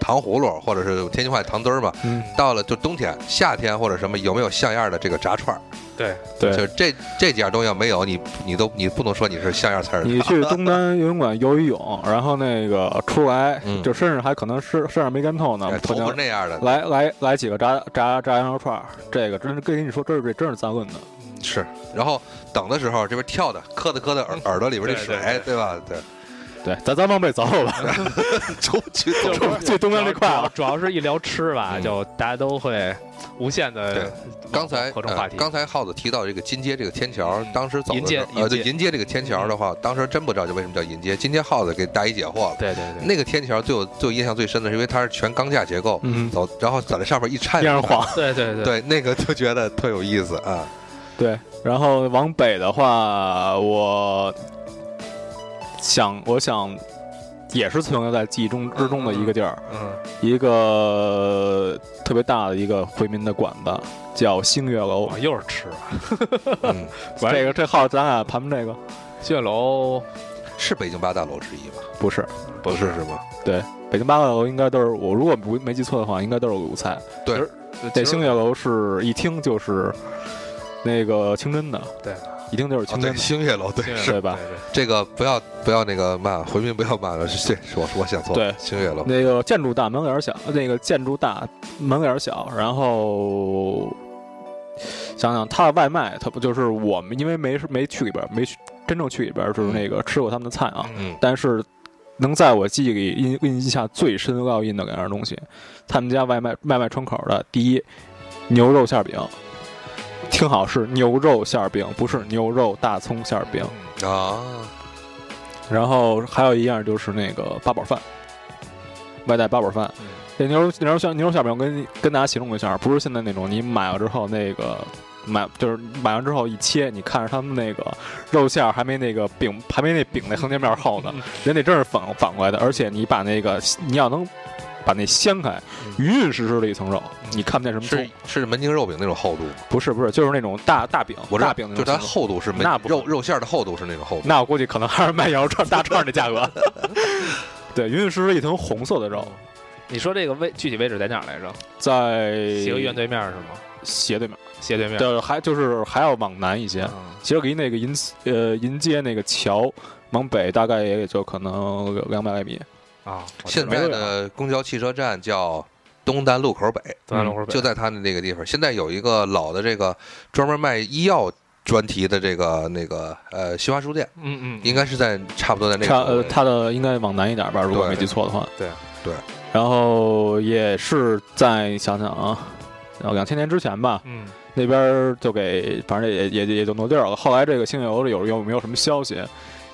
糖葫芦，或者是天津话糖墩儿嘛。
嗯，
到了就冬天、夏天或者什么，有没有像样的这个炸串儿？
对，
对
就。是这这几样东西要没有，你你都你不能说你是像样菜市
你
场。
去东单游泳馆游游泳，然后那个出来，
嗯
就身上还可能身身上没干透呢
哎，
可
头发
啊能
那样的
来来来几个炸炸炸羊肉串儿，这个真是跟你说，这是这真是咱论的。
是，然后等的时候这边跳的，磕的磕的耳耳朵里边那
对
水
对，
对吧？对，
对，咱咱往北走走吧。
出去走
就 就东边那块儿了啊
主要主要是一聊吃吧，
嗯
就大家都会无限的
对刚才
各种话题。
呃刚才浩子提到这个金街这个天桥
嗯，
当时走的时候
银街
呃，对
银街
银街这个天桥的话，当时真不知道这为什么叫银街。今天浩子给答疑解惑了。
对对对，
那个天桥最有最有印象最深的是，因为它是全钢架结构，
嗯，
走，然后在那上面一颤，
地上晃，
对对对，
对，那个就觉得特有意思啊。
对，然后往北的话，我想，我想也是存留在记忆中之中的一个地儿，
嗯
一个特别大的一个回民的馆子，叫星月楼
哎
我。又是吃啊，
嗯，
完
这个这号咱俩盘盘这个，
血楼
是北京八大楼之一吧？
不是
不是是吗？
北京八大楼，应该都是我如果不没记错的话，应该都是鲁菜。
对，
呃
这星月楼是一听就是那个清真的，
对，
一听就是
啊
清
对，
真的，
星月楼对是
对吧？
这个不要不要那个骂回民不要骂了，是这是我我想错了，
对
星月楼
那个建筑大门脸儿小，呃那个建筑大门脸儿小，然后想想它的外卖，它不就是我们因为没没去里边儿，没去真正去里边儿，就是那个吃过他们的菜啊，
嗯
但是能在我记忆里印印下最深烙印的两样东西，他们家外卖外卖窗口的第一牛肉馅儿饼，听好是牛肉馅儿饼，不是牛肉大葱馅儿饼，
啊
然后还有一样就是那个八宝饭，外带八宝饭。
嗯
那牛肉牛肉馅牛肉馅饼，我跟你跟大家形容一下，不是现在那种你买了之后那个买就是买完之后一切，你看着他们那个肉馅儿还没那个饼还没那饼那横截面厚
嗯
呢，人得真是反反过来的。而且你把那个你要能把那掀开，匀匀实实的一层肉，你看不见什么
嗯是
葱。
是门钉肉饼那种厚度吗？
不是不是，就是那种大大饼，
我知
大
道，
饼那
就
种
它
形状
厚度是没
那不
肉
可
肉馅儿的厚度是那种厚度。
那我估计可能还是卖羊肉串大串的价格。 对，匀匀实实一层红色的肉，
你说这个位具体位置在哪儿来着？
在
斜个院对面是吗？
斜对面，
斜呃对面。
对，还就是还要往南一些，
嗯
其实离那个银呃银街那个桥往北大概也就可能两百来米。
啊，我知
现
道
在的公交汽车站叫东单路口北，
东南路口北
就在它的那个地方。现在有一个老的这个专门卖医药专题的这个那个呃新华书店，
嗯嗯，
应该是在差不多在那
它呃
个
它的应该往南一点吧，如果
对
没记错的话。
对
对。
然后也是在想想啊，然后两千年之前吧，
嗯
那边儿就给反正也也也就挪地儿了。后来这个星月楼里有有没有什么消息，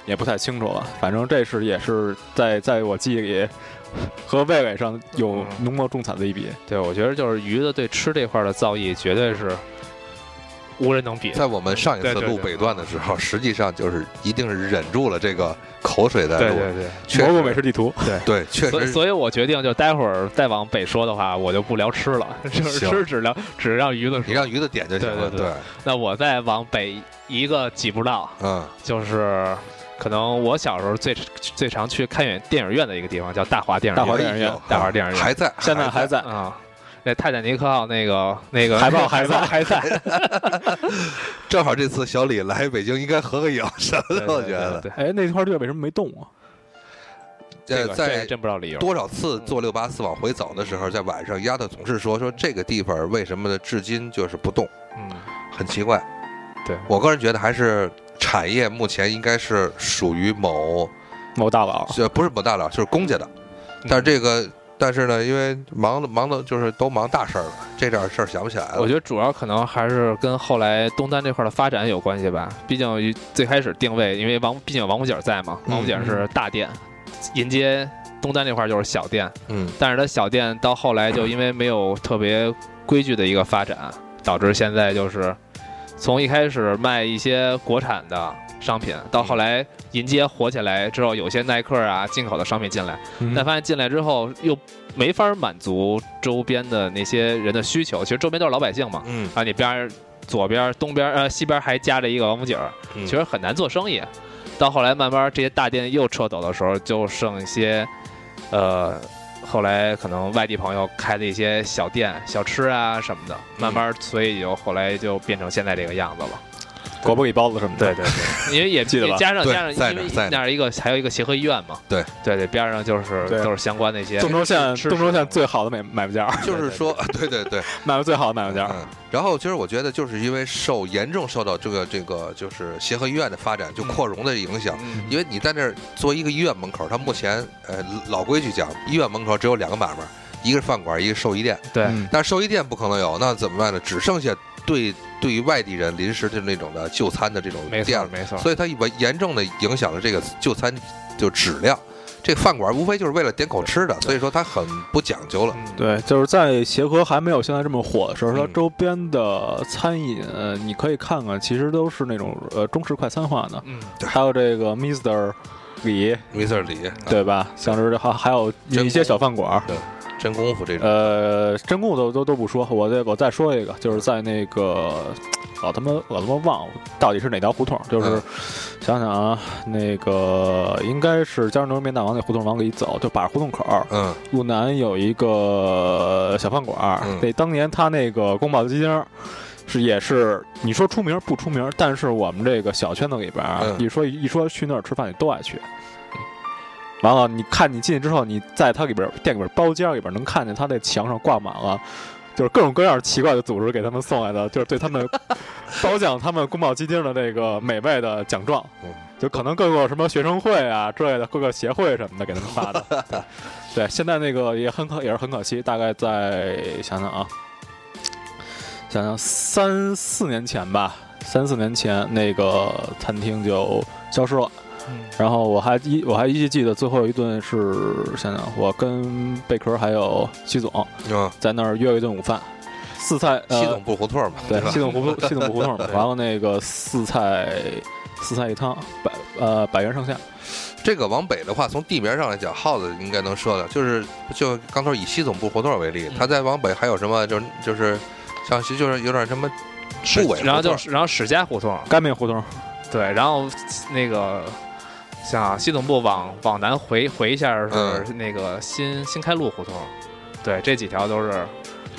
也不太清楚了。反正这是也是在在我记忆里和味蕾上有浓墨重彩的一笔。
对，我觉得就是鱼的对吃这块儿的造诣绝对是无人能比。
在我们上一次
对对
录
对
北段的时候，实际上就是一定是忍住了这个口水在
对
录，
对对，
确
蘑菇
实
美食地图，
对，确
所以
实
所以我决定就待会儿再往北说的话，我就不聊吃了， 就是
行
吃只聊只让鱼的
你
说。
让鱼子点就行了。
对对对那我再往北一个几步道，
嗯，
就是可能我小时候最最常去看远电影院的一个地方叫大华电影
大
院。
华
哎
电影院
呦
大华电影院
还在，
现在还在。
啊，那《泰坦尼克号》那个那个
海报还在
还在，
正好这次小李来北京应该合个影什么 的，我觉得。
对，对对
哎，那块地儿为什么没动啊？
这
呃，
个这还
在
真不知道理由。
多少次坐六八四往回走的时候，在晚上丫头总是说说这个地方为什么至今就是不动，
嗯，
很奇怪。
对
我个人觉得还是产业目前应该是属于某
某大佬，
哦
这不是某大佬，就是公家的。
嗯
但是这个，但是呢，因为忙的忙的，就是都忙大事儿了，这点事儿想不起来了。
我觉得主要可能还是跟后来东单这块的发展有关系吧。毕竟最开始定位，因为王毕竟有王府井在嘛，
嗯
王府井是大店，银街东单这块就是小店，
嗯，
但是它小店到后来就因为没有特别规矩的一个发展，导致现在就是从一开始卖一些国产的商品，到后来银街火起来之后，有些耐克啊进口的商品进来，
嗯
但发现进来之后又没法满足周边的那些人的需求，其实周边都是老百姓嘛，
嗯
啊，你边儿左边儿、东边儿呃西边儿还夹着一个王府井儿，
嗯
其实很难做生意。到后来慢慢这些大店又撤走的时候，就剩一些，呃，后来可能外地朋友开的一些小店、小吃啊什么的，
嗯
慢慢所以就后来就变成现在这个样子了。
国不里包子什么
对
的。
对，因为也
记得吧
也加上
对
加
在
上，因
那
为
儿在那
那儿一个还有一个协和医院嘛，
对
对对，边上就是
对
都是相关的一些
洞州县，
吃
洞州县最好的买买卖家，
嗯就是说，对对对，
买卖最好的买卖家。
嗯。然后其实我觉得，就是因为受严重受到这个这个就是协和医院的发展就扩容的影响。
嗯
因为你在那儿作为一个医院门口，它目前呃老规矩讲，医院门口只有两个买卖，一个是饭馆，一个是寿衣店。
对
嗯
但是寿衣店不可能有，那怎么办呢？只剩下对对于外地人临时的那种的就餐的这种
没
店
错
了。
没错，
所以它严重的影响了这个就餐就质量。这饭馆无非就是为了点口吃的，所以说它很不讲究了。
对，就是在协和还没有现在这么火的时候，它
嗯
周边的餐饮，呃你可以看看，其实都是那种呃中式快餐化的，
嗯，
还有这个 Mister 李，
没事儿理，
对吧？像是这还还有一些小饭馆儿，
真功夫这种。
呃，真故都都都不说，我再我再说一个，就是在那个，老他妈老他妈忘了到底是哪条胡同，就是
嗯
想想啊，那个应该是江牛肉面大王那胡同往里走，就把胡同口儿
呃
嗯
路南有一个小饭馆儿
嗯，
那当年他那个宫保鸡丁儿。是也是，你说出名儿不出名儿，但是我们这个小圈子里边儿，啊
嗯
一说一说去那儿吃饭，你都爱去。完了，你看你进去之后，你在它里边儿店里边儿包间儿里边儿能看见它那墙上挂满了，就是各种各样奇怪的组织给他们送来的，就是对他们 褒奖他们宫保鸡丁的这个美味的奖状
嗯，
就可能各个什么学生会啊之类的各个协会什么的给他们发的。 对，现在那个也很可也是很可惜，大概在想想啊，想想三四年前吧，三四年前那个餐厅就消失了。
嗯
然后我还依我还依稀记得最后一顿是想想我跟贝壳还有西总
嗯，
在那儿约了一顿午饭，四菜呃
系统不胡同嘛，
对
吧
系？统胡 同系统胡同嘛，然后那个四菜四菜一汤百呃百元上下，
这个往北的话，从地名上来讲，耗子应该能说的，就是就刚才以西总部胡同为例
嗯，
它再往北还有什么，就是就是像其实就是有点什么
史
部委胡同，
然后就是然后史家胡同，
干面胡同
对，然后那个像系统部往往南回回一下是
嗯
那个新、新开路胡同，对，这几条都是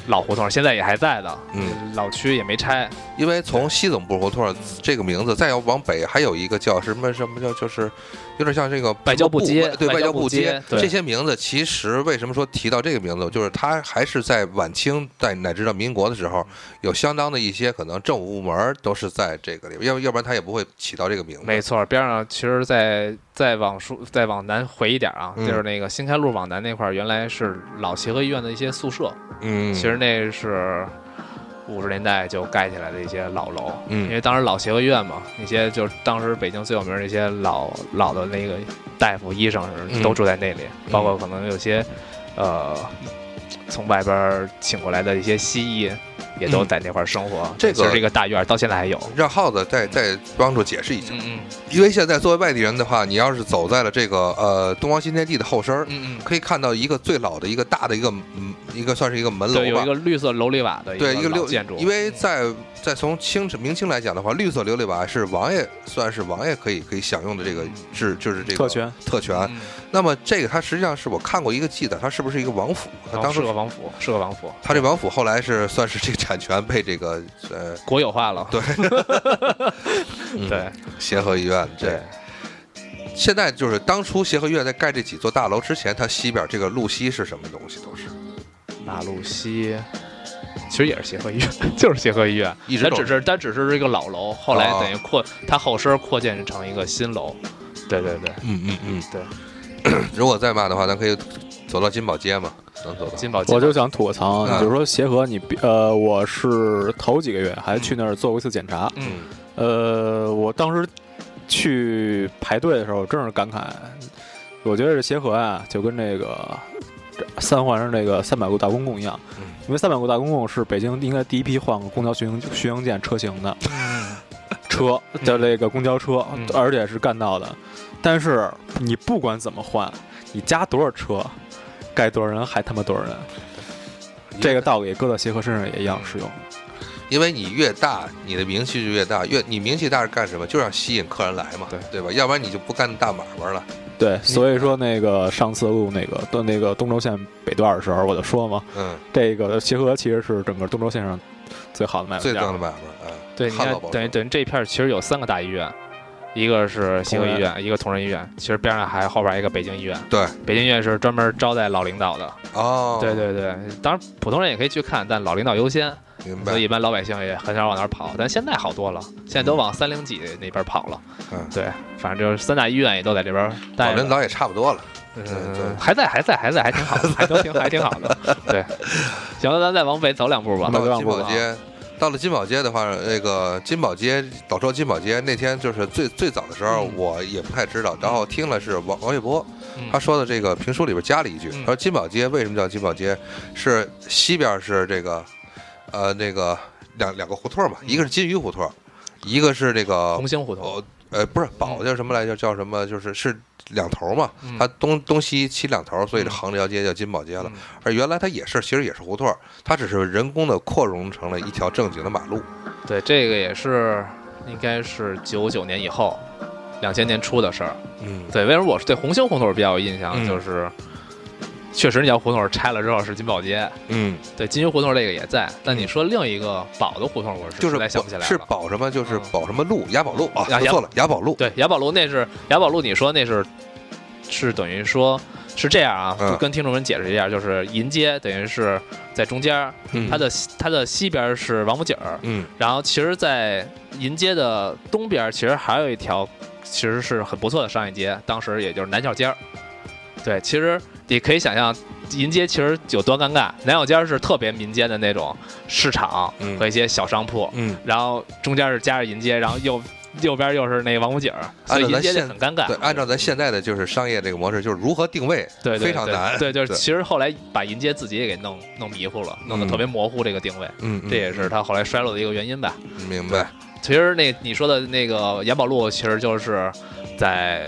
老胡同，现在也还在的，
嗯，
老区也没拆，
因为从西总部胡同这个名字，再要往北还有一个叫什么什么叫，就是有点像这个
外交部街
什么对
外交
交
部街
街
对
这些名字，其实为什么说提到这个名字，就是它还是在晚清在乃至到民国的时候，有相当的一些可能政府部门儿都是在这个里边，要要不然它也不会起到这个名字。
没错，边上其实再再往书再往南回一点啊，
嗯
就是那个新开路往南那块儿，原来是老协和医院的一些宿舍，
嗯，
其实那是五十年代就盖起来的一些老楼，因
嗯
为当时老协和医院嘛，那些就是当时北京最有名的那些老老的那个大夫、医生
嗯
都住在那里，
嗯
包括可能有些呃从外边儿请过来的一些西医，也都
嗯
在那块儿生活。
这个
就是这个大院儿到现在还有。
让耗子再再帮助解释一下，
嗯嗯
因为现在作为外地人的话，你要是走在了这个呃东方新天地的后身儿，
嗯
可以看到一个最老的一个大的一个嗯一个算是一个门
嗯，
楼
对，有
吧
一，个绿色楼里瓦的
对，一
个
个
老
六
建筑，嗯
因为在在从清明清来讲的话，绿色琉璃瓦是王爷算是王爷可以可以享用的这个是就是这个
特权，
特权。
嗯
那么这个它实际上是我看过一个记载，它是不是一个王府？它
哦
当
是
时
个王府，是个王府，
它这王府后来是算是这个产权被这个呃
国有化了。
对嗯
对
协和医院这
对，
现在就是当初协和医院在盖这几座大楼之前，它西边这个路西是什么东西都是
马路西。其实也是协和医院， 就是协和医院，
一直
它
都
只是它只是这个老楼，后来
哦
等于扩它后身扩建成一个新楼。对对对，
嗯嗯嗯 如果再骂的话，咱可以走到金宝街嘛，能走到。
金宝街
我就想吐个槽，啊
嗯
你比如说协和，你比呃我是头几个月还去那儿做过一次检查，
嗯
呃，我当时去排队的时候，真是感慨，我觉得这协和啊，就跟这个这三环上这个三百路大公共一样
嗯，
因为三百路大公共是北京应该第一批换过公交巡行巡行舰车型的 车的这个公交车
嗯，
而且是干道的。但是你不管怎么换，你加多少车，该多少人还他妈多少人，这个道理搁到协和身上也一样适用。
嗯因为你越大，你的名气就越大，越你名气大是干什么？就让吸引客人来嘛，
对
吧？要不然你就不干大买卖了。
对，所以说那个上次录那个的那个东轴线北段的时候，我就说嘛，
嗯，
这个协和其实是整个东轴线上最好的卖
啊
最
家。
大的买卖，嗯，
对，你
汉
看
堡包
等于等于这片儿其实有三个大医院，一个是协和医院，一个同仁医院，其实边上还后边还有一个北京医院。
对，
北京医院是专门招待老领导的。
哦，
对，对对，当然普通人也可以去看，但老领导优先，
明
所以
白。
一般老百姓也很少往那儿跑。但现在好多了，现在都往三零几那边跑了。
嗯
对，反正就是三大医院也都在这边
老
待着
人。早也差不多了，呃
嗯，还在，还在，还在，还挺好的，还都挺，还挺好的。对，行了，咱再往北走两步吧啊
到。
那就让
金
步
宝
吧
街，到了金宝街的话，那个金宝街老说金宝街那天就是最最早的时候
嗯，
我也不太知道，然后听了是王王玥波
嗯，
他说的这个评书里边加了一句，
嗯
他说金宝街为什么叫金宝街？是西边是这个，呃，那个两两个胡同嘛，一个是金鱼胡同，一个是这个
嗯红星嗯胡同，
哦，呃，不是宝叫什么来着？叫什么？就是是两头嘛，
嗯
它东东西起两头，所以这
嗯
横这条街叫金宝街了。
嗯
而原来它也是，其实也是胡同儿，它只是人工的扩容成了一条正经的马路。
对，这个也是应该是九九年以后，两千年初的事儿。
嗯，
对，为什么我是对红星胡同比较有印象？
嗯
就是确实那条胡同拆了之后是金宝街，
嗯，
对，金鱼胡同这个也在。但你
嗯
说另一个宝的胡同，我是
就
实
是
在想不起
宝
来
是
了。
宝什么？就是
嗯
宝什么路？雅宝路啊，
雅
说错了，雅宝路。
对，雅宝路那是雅宝路，你说那是是等于说是这样啊？
嗯
就跟听众们解释一下，就是银街等于是在中间儿，
嗯
它的它的西边儿是王府井儿，
嗯
然后其实，在银街的东边，其实还有一条，其实是很不错的商业街，当时也就是南小街儿。对，其实你可以想象，银街其实有多尴尬。南小街儿是特别民间的那种市场
嗯
和一些小商铺，
嗯，
然后中间是夹着银街，然后右右边又是那王府井儿，所以
啊按照咱
银街就
现
很尴尬。
对，按照咱现在的就是商业这个模式，就是如何定位，
对对
非常
对
难。
对，就是其实后来把银街自己也给弄弄迷糊了，弄得
嗯
特别模糊这个定位，
嗯，嗯
这也是它后来衰落的一个原因吧。
明白。
其实那你说的那个延宝路，其实就是在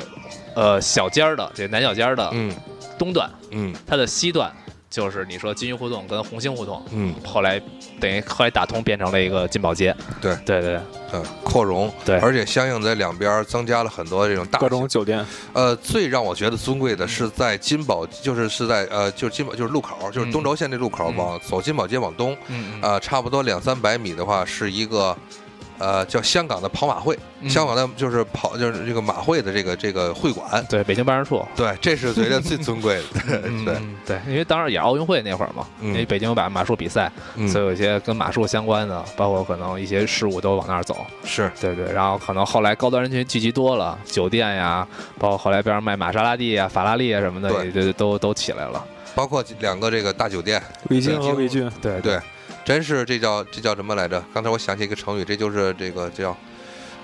呃小尖儿的这南小尖儿的
嗯
东段，
嗯
它的西段就是你说金鱼胡同跟红星胡同，
嗯，
后来等于后来打通变成了一个金宝街。
对
对对，
嗯，扩容，
对
而且相应在两边儿增加了很多这种大
各种酒店，
呃，最让我觉得尊贵的是在金宝，就是是在呃，就是金宝就是路口，就是东轴线这路口，
嗯
往走金宝街往东，
嗯
呃，差不多两三百米的话是一个。呃，叫香港的跑马会，
嗯
香港的就是跑就是这个马会的这个这个会馆，
对北京办事处，
对，这是觉得最尊 贵的，
嗯
对，
嗯对，因为当时也奥运会那会儿嘛，
嗯
因为北京有把马术比赛，
嗯
所以有一些跟马术相关的，包括可能一些事物都往那儿走。
是，
对对，然后可能后来高端人群聚集多了，酒店呀，包括后来边上卖玛莎拉蒂呀、法拉利啊什么的，
对
也就都都起来了。
包括两个这个大酒店，
围巾和围裙，
对
对，真是这叫这叫什么来着？刚才我想起一个成语，这就是这个叫，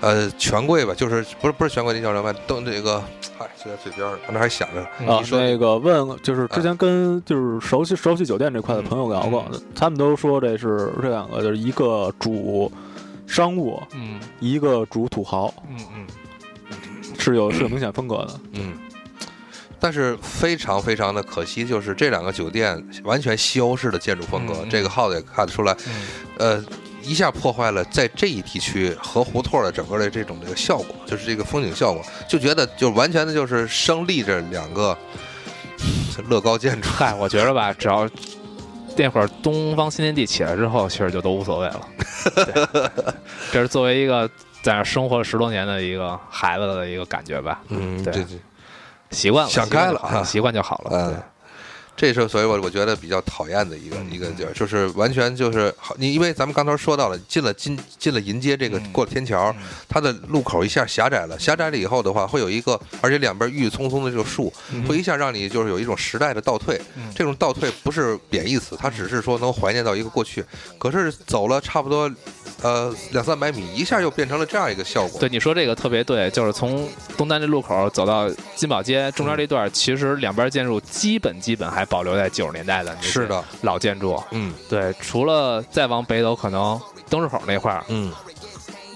呃，权贵吧，就是不是不是权贵，那叫什么？邓这个，哎，就在嘴边儿，刚才还想着，
嗯
啊
你，说
那个问就是之前跟就是熟悉熟悉酒店这块的朋友聊过，
嗯
他们都说这是这两个就是一个主商务，
嗯
一个主土豪，
嗯嗯，
是有是有明显风格的。
嗯，但是非常非常的可惜，就是这两个酒店完全西欧式的建筑风格，
嗯嗯
这个耗子也看得出
嗯
来，呃，一下破坏了在这一地区和胡同的整个的这种这个效果，就是这个风景效果，就觉得就完全的就是生立着两个乐高建筑。
嗨，我觉着吧，只要那会儿东方新天地起来之后，其实就都无所谓了。 对这是作为一个在那儿生活了十多年的一个孩子的一个感觉吧，
嗯，
对
这这
习惯了，
想
习惯
开
就
了
好了
啊
习惯就好了。
嗯，这是所以我我觉得比较讨厌的一个、
嗯
一个地儿，就是完全就是好，你因为咱们刚才说到了，进了金进了银街这个
嗯
过了天桥，
嗯
它的路口一下狭窄了，狭窄了以后的话，会有一个，而且两边郁郁葱葱的这个树，
嗯
会一下让你就是有一种时代的倒退。
嗯
这种倒退不是贬义词，它只是说能怀念到一个过去。可是走了差不多，呃两三百米，一下又变成了这样一个效果。
对你说这个特别对，就是从东单这路口走到金宝街中间这
嗯
段，其实两边建筑基本基本还保留在九十年代的那些
是的，
老建筑。
嗯
对，除了再往北走，可能灯市口那块儿，
嗯，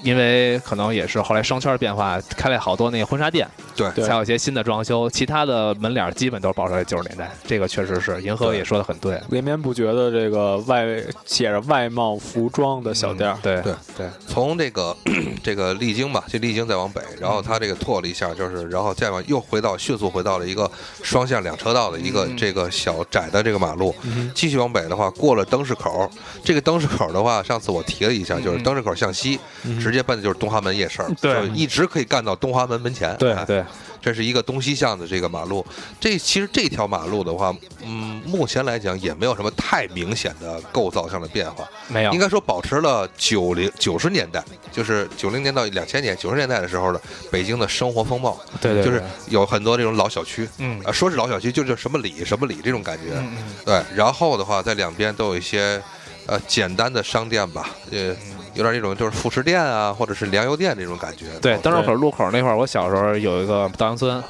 因为可能也是后来商圈变化，开了好多那个婚纱店，
对
对
才有一些新的装修。其他的门脸儿基本都是保留在九十年代，这个确实是银河
对
也说的很对。
连绵不绝的这个外写着外贸服装的小店儿，
对
对
对，
从这个 这个丽晶吧，这丽晶再往北，然后它这个拓了一下，就是然后再往又回到迅速回到了一个双向两车道的一个
嗯
这个小窄的这个马路。
嗯
继续往北的话，过了灯市口，这个灯市口的话，上次我提了一下，
嗯
就是灯市口向西，
嗯
直接奔的就是东华门夜市儿，
对
就一直可以干到东华门门前。
对
哎
对，
这是一个东西向的这个马路。这其实这条马路的话，嗯，目前来讲也没有什么太明显的构造上的变化，
没有
应，该说保持了九零九十年代，就是九零年到两千年九十年代的时候的北京的生活风貌，
对对，
就是
对
有很多这种老小区。
嗯
啊，说是老小区，就是什么里什么里这种感觉，
嗯嗯
对，然后的话，在两边都有一些呃简单的商店吧，
嗯
呃，有点那种就是副食店啊，或者是粮油店这种感觉。
对，
嗯
灯笼口路口那块儿，我小时候有一个稻香村，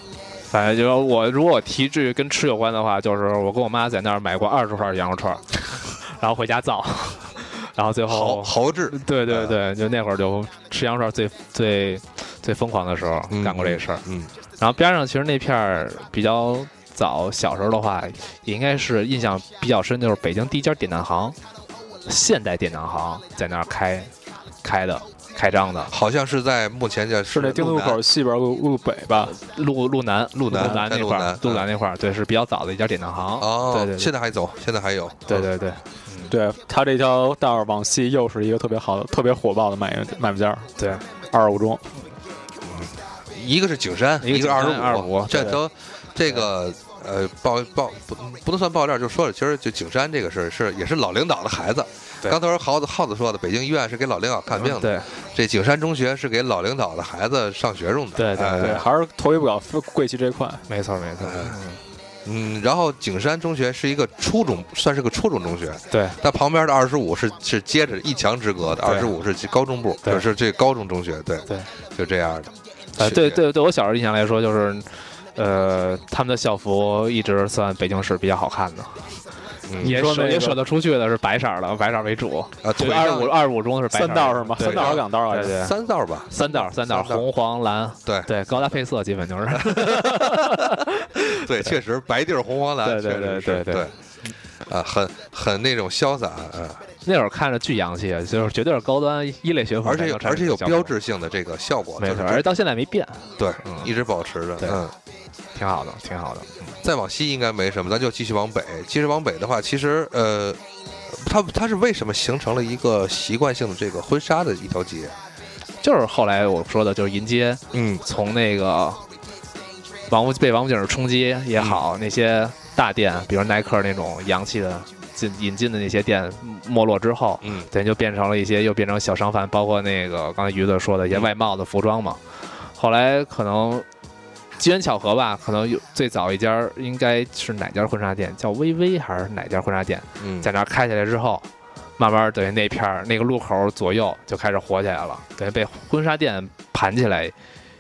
反正就是我如果提至于跟吃有关的话，就是我跟我妈在那儿买过二十串羊肉串儿， 然后回家造， 然后最
豪
后，
豪掷，
对对对，就那会儿就吃羊肉串儿最最最疯狂的时候
嗯
干过这事儿。
嗯，
然后边上其实那片儿比较早，小时候的话也应该是印象比较深，就是北京第一家典当行，现代典当行在那儿开开的开张的。
好像是在目前叫
是那丁
路
字口西边路路北吧？
路路南路
南
南
在
那
路
块儿
南，嗯
路南那块儿，对，是比较早的一家典当行。
哦，
对对对
现在还走，现在还有。
对对对
对，它这条道儿往西又是一个特别好的、特别火爆的买买卖家儿，
对，
二十五中。
一个是景山，
一个
一个
景山
二
25
这
对
都这个呃爆爆不不能算爆料，就说了，其实就景山这个事儿是也是老领导的孩子。
对
刚才耗子耗子说的，北京医院是给老领导看病的，
嗯对
这景山中学是给老领导的孩子上学用的。
对对
哎
对，还是头一不了贵气这块。
没错没错，嗯
嗯，然后景山中学是一个初中，算是个初中中学，
对
但旁边的二十五是是接着一墙之隔的，二
对
十五是高中部，
对
就是这高中中学，对
对，
就这样的。
呃
是
对，对对，我小时候印象来说就是，呃，他们的校服一直算北京市比较好看的，
嗯
也
说那
舍
个
也舍得出去的是白色儿的，白色儿 为主，
啊，腿
就是
上
二五二五中是白色
三
儿的
道是吗？
对
三道还是两道
对
啊？
对。
三道吧，
三道三道
三道
红黄蓝，
对
对高达配色基本就是
对，确实白地儿红黄蓝，
对
确
对
实
对
是
对
对，啊，很很那种潇洒，嗯，
那会儿看着巨洋气，啊就是绝对是高端一类学府
而
才
且有
能穿
而且
这
有
个校服，
标志性的这个效果，
没
就是
错，而且到现在没变，
对
嗯，
一直保持着，
对
嗯，
挺好的，挺好的。
再往西应该没什么，咱就继续往北。其实往北的话，其实呃，它它是为什么形成了一个习惯性的这个婚纱的一条街？
就是后来我说的，就是迎接
嗯，
从那个王府被王府井冲击也好，那些大店，比如耐克那种洋气的进引进的那些店没落之后，
嗯，
咱就变成了一些又变成小商贩，包括那个刚才于子说的一些
嗯
外贸的服装嘛。后来可能机缘巧合吧，可能有最早一家应该是哪家婚纱店，叫薇薇还是哪家婚纱店，
嗯，
在那儿开起来之后，慢慢等于那片儿那个路口左右就开始火起来了，等于被婚纱店盘起来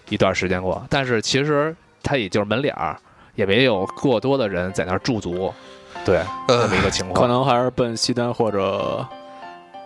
一段时间过。但是其实它也就是门脸儿，也没有过多的人在那儿驻足，对，这
呃
么，一个情
可
况。
能还是奔西单或者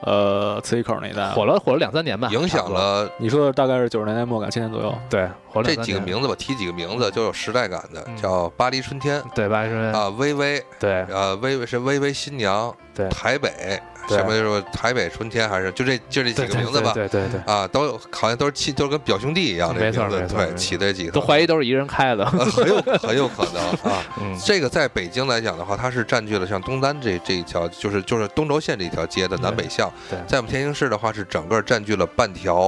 呃磁器口那一带。
火了火了两三年吧，
嗯影
差
响
不多
了
你说的大概是九十年代末、两千年左右。
对火了
这
两三
几个
年。
名字吧，提几个名字就有时代感的
嗯，
叫巴黎春天
对吧？是吧
啊，薇薇
对
啊，薇薇是薇薇新娘，
对
台北
对
什么什么台北春天还是就这就这几
对
个
对
名字吧。
对对对，对
啊，都有好像都是亲，都是跟表兄弟一样，这
没错
名字
没错没
对，
错
起这几个
都怀疑都是一人开的。
呃很有很有可能 啊。
嗯，
这个在北京来讲的话，它是占据了像东单这这一条，就是就是东轴线这一条街的南北向
对对。
在我们天津市的话，是整个占据了半条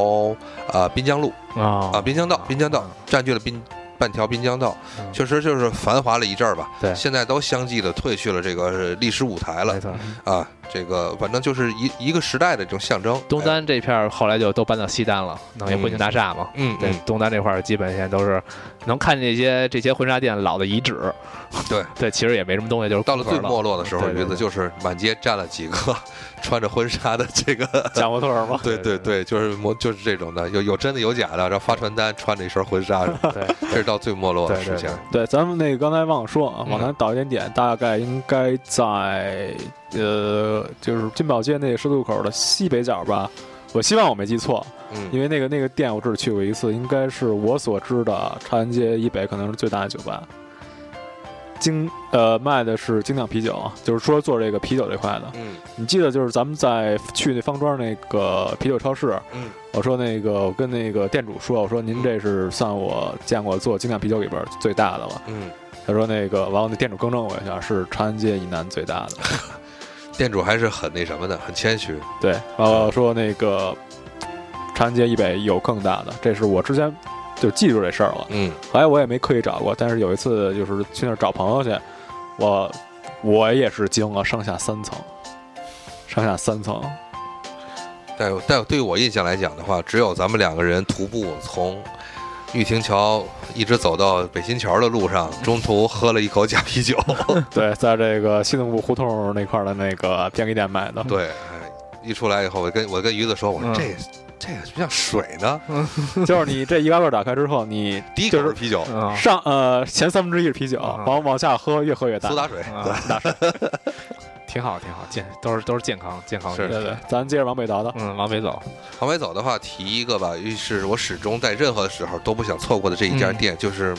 啊滨江路啊
啊
滨江道，滨江道占据了滨半条滨江道，
嗯
确实就是繁华了一阵儿吧。
对
现在都相继的退去了这个呃历史舞台了
没错。
啊，这个反正就是一一个时代的这种象征。
东
哎，
单这片儿后来就都搬到西单了，等于
嗯
婚庆大厦嘛。
嗯，
对
嗯，
东单这块儿基本现在都是能看见这些这些婚纱店老的遗址。
对
对，其实也没什么东西，就是
到了
空壳
最没落的时候，
对对
驴子
对
就是满街站了几个 穿着婚纱的这个
假模特儿吗？
对对
对
对，就是模就是这种的，有有真的有假的，然后发传单，穿着一身婚纱，
对
这是到最没落的
对
事
对
情。
对，咱们那个刚才忘了说啊，
嗯
往南倒一点点，大概应该在呃，就是金宝街那个十字路口的西北角吧。我希望我没记错，
嗯，
因为那个那个店我只去过一次，应该是我所知的长安街以北可能是最大的酒吧。精呃卖的是精酿啤酒，就是说做这个啤酒这块的。
嗯
你记得就是咱们在去那方庄那个啤酒超市，
嗯
我说那个我跟那个店主说，我说您这是算我见过做精酿啤酒里边最大的了。
嗯，
他说那个，完了那店主更正我一下，是长安街以南最大的。
店主还是很那什么的，很谦虚。
对，然后说那个长安街以北有更大的，这是我之前就记住这事儿了。
嗯
后来我也没刻意找过，但是有一次就是去那儿找朋友去，我我也是惊了，上下三层，上下三层，
但但对于我印象来讲的话，只有咱们两个人徒步从玉亭桥一直走到北新桥的路上，中途喝了一口假啤酒。
对，在这个西弄部胡同那块儿的那个便利店买的。
对，哎一出来以后，我跟我跟鱼子说，我说
嗯
这这个像水呢，
就是你这易拉罐打开之后，你
第一口
就是是
啤酒，
嗯，
上呃前三分之一是啤酒，
啊
往往下喝越喝越大
苏。打水。
啊 挺好，挺好，健都是都是健康健康
是
饮
对
食
对，咱接着往北倒倒。
嗯，往北走，
往北走的话，提一个吧，一是我始终在任何时候都不想错过的这一家
嗯
店，就是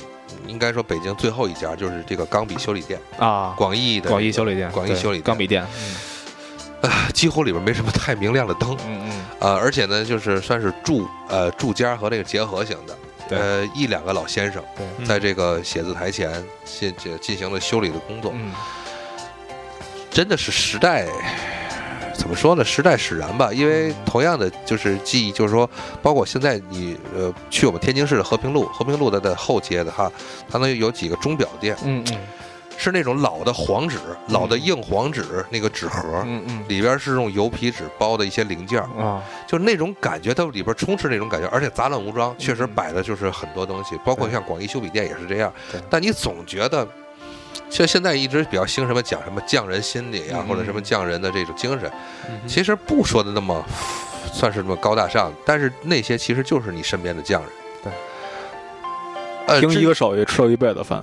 应该说北京最后一家，就是这个钢笔修理店，
啊，
广义的
广义修理店，
广义
对
修理店
钢笔店，
啊几乎里边没什么太明亮的灯，
嗯嗯
呃，而且呢，就是算是住呃住家和那个结合型的，
对
呃，一两个老先生
对
嗯
在这个写字台前进进进行了修理的工作，
嗯
真的是时代。怎么说呢？时代使然吧，因为同样的就是记忆，就是说，包括现在你呃去我们天津市的和平路，和平路的的后街的哈，它能有几个钟表店，
嗯嗯
是那种老的黄纸，老的硬黄纸那个纸盒，
嗯嗯
里边是用油皮纸包的一些零件儿，
啊，
就是那种感觉，它里边充斥那种感觉，而且杂乱无章，确实
嗯
摆的就是很多东西，包括
对
像广义修笔店也是这样
对。
但你总觉得，像现在一直比较兴什么讲什么匠人心理啊，
嗯
或者什么匠人的这种精神，
嗯
其实不说的那么算是那么高大上，但是那些其实就是你身边的匠人。
对，
呃，
听
这
一个手艺吃一辈子饭，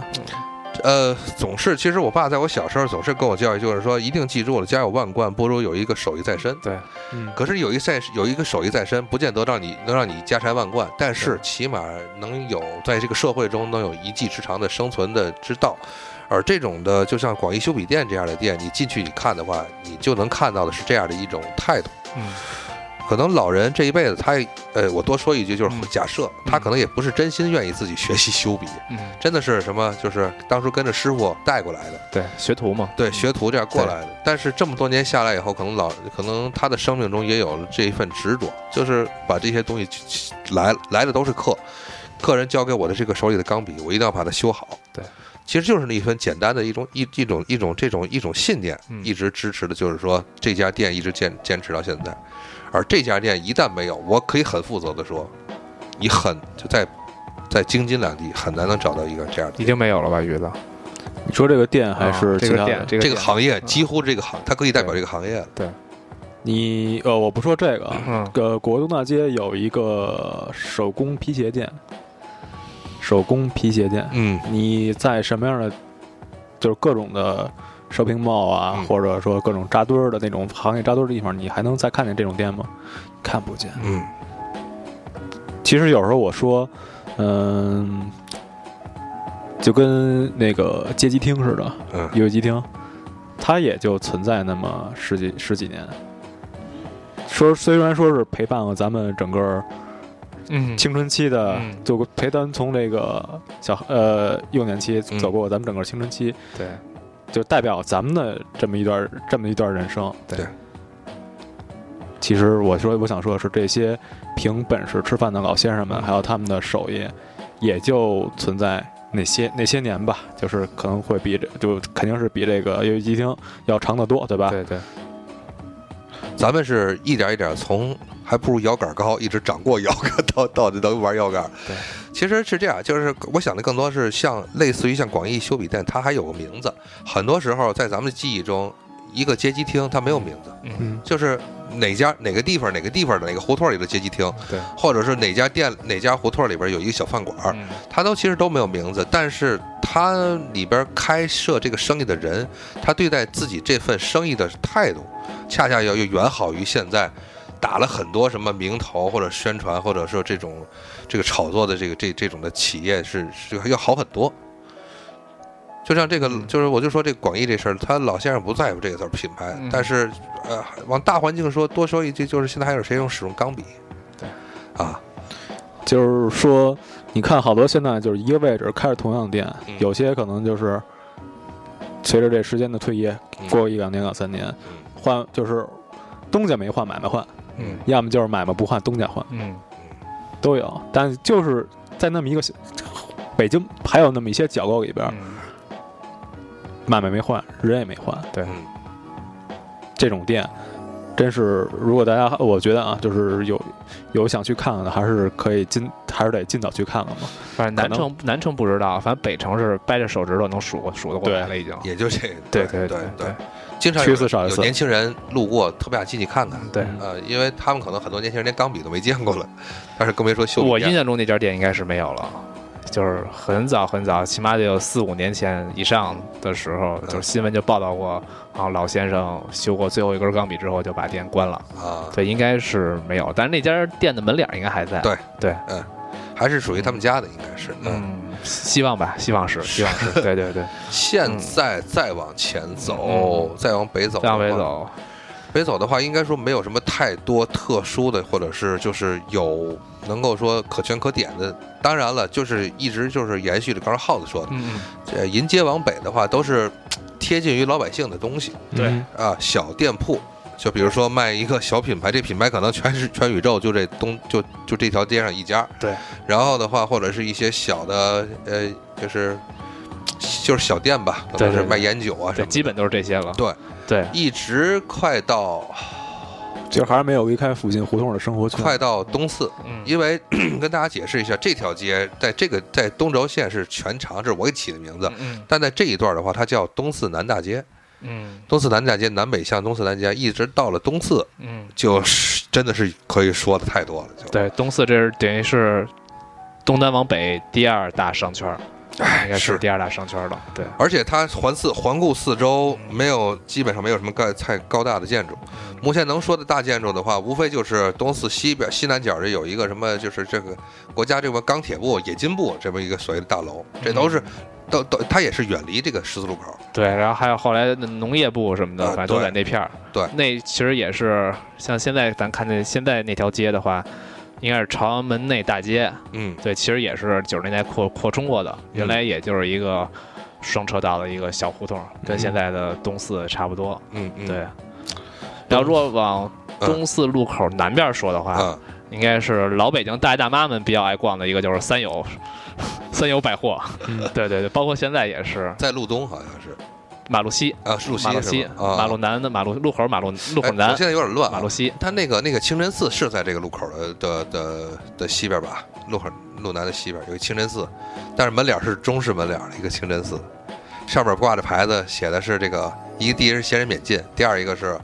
呃，总是，其实我爸在我小时候总是跟我教育，就是说一定记住了，家有万贯，不如有一个手艺在身。
对，
嗯，
可是有一在有一个手艺在身，不见得让你能让你家财万贯，但是起码能有在这个社会中能有一技之长的生存的之道。而这种的，就像广义修笔店这样的店，你进去你看的话，你就能看到的是这样的一种态度。
嗯
可能老人这一辈子他，呃，我多说一句，就是
嗯
假设他可能也不是真心愿意自己学习修笔，
嗯，
真的是什么，就是当初跟着师傅带过来的。
对，学徒嘛，
对，学徒这样过来的。但是这么多年下来以后，可能老可能他的生命中也有了这一份执着，就是把这些东西去去来来的都是客，客人交给我的这个手里的钢笔，我一定要把它修好。
对，
其实就是那一份简单的一种一一种一种这种一种信念，
嗯
一直支持的就是说这家店一直坚坚持到现在。而这家店一旦没有，我可以很负责的说，你很就在在京津两地很难能找到一个这样的。
已经没有了吧，鱼子，
你说这个店还
啊
是
这
其他
个
的
店，这
啊
个
这个
店
行业几乎这个行，它可以代表
对
这个行业了。
你呃，我不说这个，
嗯
呃，国东大街有一个手工皮鞋店，手工皮鞋店，
嗯，
你在什么样的就是各种的 shopping mall 啊，
嗯
或者说各种扎堆儿的那种行业扎堆儿的地方，你还能再看见这种店吗？看不见。
嗯
其实有时候我说，嗯，就跟那个街机厅似的，
嗯
游戏机厅，它也就存在那么十几十几年。说虽然说是陪伴了咱们整个
嗯
青春期的
嗯，
走过陪咱从这个小呃幼年期
嗯
走过咱们整个青春期，
对，
就代表咱们的这么一段这么一段人生。
对。
其实我说我想说的是，这些凭本事吃饭的老先生们，
嗯
还有他们的手艺，也就存在哪些哪些年吧，就是可能会比这就肯定是比这个游戏机厅要长得多，对吧？
对对，
咱们是一点一点从还不如摇杆高，一直长过摇杆到到底能玩摇杆。
对，
其实是这样，就是我想的更多是像类似于像广义修笔店，它还有个名字。很多时候在咱们的记忆中，一个街机厅它没有名字，
嗯
就是哪家哪个地方哪个地方的哪个胡同里的街机厅，
对，
或者是哪家店哪家胡同里边有一个小饭馆儿，
嗯
它都其实都没有名字，但是它里边开设这个生意的人，他对待自己这份生意的态度，恰恰要要远好于现在打了很多什么名头或者宣传，或者说这种这个炒作的这个这这种的企业是是要好很多。就像这个，
嗯
就是我就说这广义这事儿，他老先生不在乎这个字儿品牌
嗯，
但是呃，往大环境说，多说一句，就是现在还有谁用使用钢笔？
对，
啊，
就是说，你看好多现在就是一个位置开着同样的店，
嗯
有些可能就是随着这时间的推移，
嗯
过一两年、两三年，换就是东家没换，买卖换，
嗯
要么就是买卖不换，东家换，
嗯
都有。但就是在那么一个小北京，还有那么一些角落里边，
嗯，
买卖没换，人也没换，
对
嗯
这种店，真是如果大家我觉得啊，就是有有想去看看的，还是可以尽还是得尽早去看看嘛。
反正南
可
城南城不知道，反正北城是掰着手指头能数数得过来了，已经。
也就这个。
对
对
对
对
对，
经常
去
有
一次少一
有
次
年轻人路过，特别想进去看看。
对
呃，因为他们可能很多年轻人连钢笔都没见过了，但是更别说秀
我
笔
印
剑。
象中那家店应该是没有了，就是很早很早，起码得有四五年前以上的时候，就是新闻就报道过，啊，老先生修过最后一根钢笔之后就把店关了。
啊，
对，应该是没有，但是那家店的门脸儿应该还在。
对
对，
还是属于他们家的，应该是。嗯，
嗯，希望吧，希望是，希望是，对对对，嗯
现在再往前走，再往北走，
再往北，走，
北走的话，应该说没有什么太多特殊的，或者是就是有能够说可圈可点的。当然了，就是一直就是延续着刚才耗子说的，
嗯，
呃，迎接往北的话，都是嘖贴近于老百姓的东西。
对
嗯
啊小店铺，就比如说卖一个小品牌，这品牌可能全是全宇宙就这东就就这条街上一家。
对。
然后的话，或者是一些小的呃，就是就是小店吧，可
对
能
对
是
对
卖烟酒啊什
对，
么的。
基本都是这些了。
对
对，
一直快到
就还是没有离开附近胡同的生活圈。
快到东四，
嗯，
因为 跟大家解释一下，这条街在这个在东轴线是全长，这是我给起的名字。
嗯
但在这一段的话，它叫东四南大街。
嗯
东四南大街南北向，东四南街一直到了东四，
嗯，
就是真的是可以说的太多了，就
对，东四这是等于是东单往北第二大商圈儿，应
哎
该
是
是第二大商圈儿了。对，
而且它环四环顾四周，没有基本上没有什么盖太高大的建筑。目前能说的大建筑的话，无非就是东四西边西南角这有一个什么，就是这个国家这个钢铁部、冶金部这么一个所谓的大楼，这都是
嗯
都都它也是远离这个十字路口。
对，然后还有后来的农业部什么的，
啊
反正都
对
在那片儿。
对
那其实也是像现在咱看见现在那条街的话，应该是朝阳门内大街。
嗯，
对，其实也是九十年代扩扩充过的，原来也就是一个双车道的一个小胡同，跟现在的东四差不多。
嗯嗯，
对，然后若往
嗯
东四路口南边说的话，
啊，
应该是老北京大爷大妈们比较爱逛的一个，就是三友， 三友百货。
嗯
对对对，包括现在也是
在路东好像是
马路西、
嗯啊，是路西
马路
是
西、
吧啊，
马路南的马路路口、马路路口
哎
南
我、现在有点乱啊，
马路西。
它那个那个清真寺是在这个路口的的的的西边吧，路口路南的西边有一清真寺，但是门脸是中式门脸的一个清真寺，上面挂着牌子，写的是这个一个第一是闲人免进，第二一个是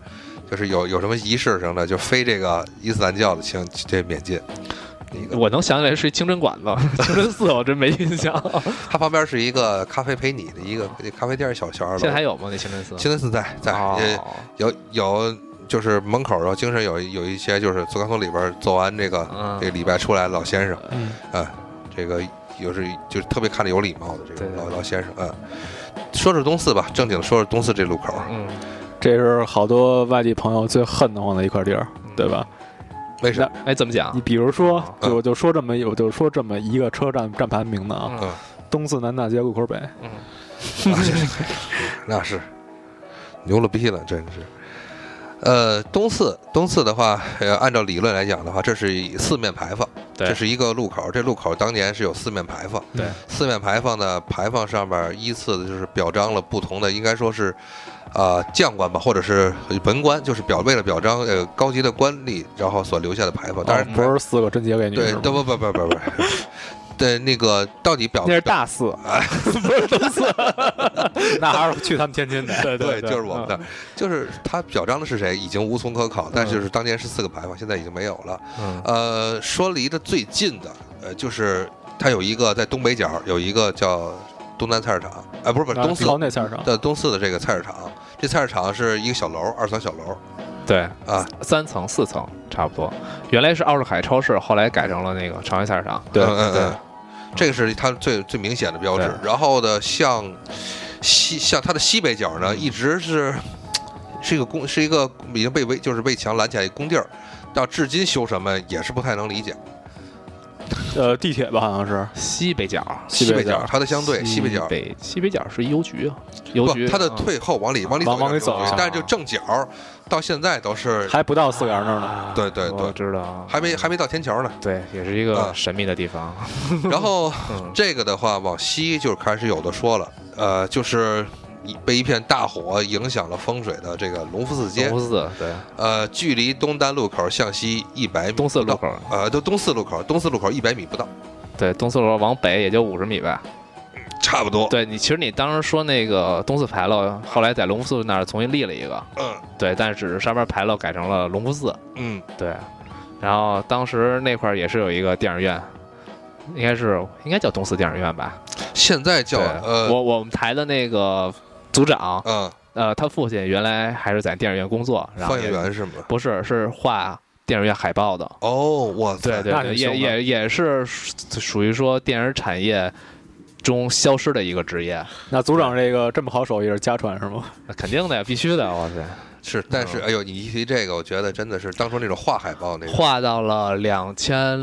就是有有什么仪式什么的，就非这个伊斯兰教的请这免进。一个，
我能想起来是一清真馆 子，清真寺我真没印象。
它旁边是一个咖啡陪你的一个咖啡店小小二楼，
现在还有吗？那清真寺？
清真寺在在、
哦
呃有有就是门口儿，然后经常有有一些就是从刚从里边儿做完这个、
嗯
这个礼拜出来的老先生，
嗯
啊，这个有时就是特别看着有礼貌的这
对
个
对
老
对
老先生，啊。说说东四吧，正经说说东四这路口儿，
嗯，
这是好多外地朋友最恨得慌的一块地儿，对吧？
为什么？
哎，怎么讲
你？比如说，
嗯
就我就说这么一，我就说这么一个车站站牌名字啊，
嗯
东四南大街路口北。
嗯，
那是牛了逼了，真是。呃，东四东四的话，呃，按照理论来讲的话，这是以四面牌坊，
对
这是一个路口。这路口当年是有四面牌坊，
对，
四面牌坊呢，牌坊上面依次的就是表彰了不同的，应该说是，啊、将官吧，或者是文官，就是表为了表彰呃高级的官吏，然后所留下的牌坊。当然、
哦不是四个贞洁给女
对，
是吗
对不不不不不， 对那个到底表
那是大寺， 不是东四。
那还是去他们天津的。
对
对，
对，
就是
啊
我们那儿，就是他表彰的是谁，已经无从可考。但是就是当年是四个牌坊，现在已经没有了。
嗯。
呃，说离得最近的，呃，就是它有一个在东北角有一个叫东南菜市场，啊、不是不是
啊
东四
朝那菜市场，
的东四的这个菜市场，这菜市场是一个小楼，二层小楼
对，
啊，
三层四层差不多，原来是奥尔凯超市，后来改成了那个长安菜市场。
对
嗯嗯
对
嗯，这个是它最最明显的标志
对。
然后呢，向西向它的西北角呢，一直是是一个宫，是一个已经被围，就是被墙拦起来一宫地儿，到至今修什么也是不太能理解。
呃，地铁吧，好像是。
西北角，
西
西
北
北角
角
它的相对西北角，
北西北角是邮局啊，邮
不
局，
它的
嗯
退后往里往里走
往往里
一点
走一啊
下
但是就正角到现在都是
还不哦到四个人那儿呢。
啊
对对对
我知道，啊
还没还没到天桥呢。
对，也是一
啊
个神秘的地方。
然后
嗯
这个的话，往西就开始有的说了，呃，就是一被一片大火影响了风水的这个隆福寺街
东，四对
呃，距离东单路口向西一百米，
东四路，口，
呃，都东四路口，东四路口一百米不到，
对东四路口往北也就五十米吧。
差不多。
对你，其实你当时说那个东四牌楼，后来在隆福寺那儿重新立了一个，
嗯
对，但只是上面牌楼改成了隆福寺，
嗯，
对。然后当时那块儿也是有一个电影院，应该是应该叫东四电影院吧？
现在
对
叫，呃，
我我们台的那个组长，
嗯，
呃，他父亲原来还是在电影院工作，然后
放映
也
员是吗？
不是是画电影院海报的，
哦，哇塞，
对对
那
对，
挺
也
凶的
也也是属属于说电影产业中消失的一个职业，
那组长这个这么好手艺是家传是吗？
那肯定的呀，必须的，哇塞！
是，但是哎呦，你一提这个，我觉得真的是当初那种画海报那种，
嗯画到了两千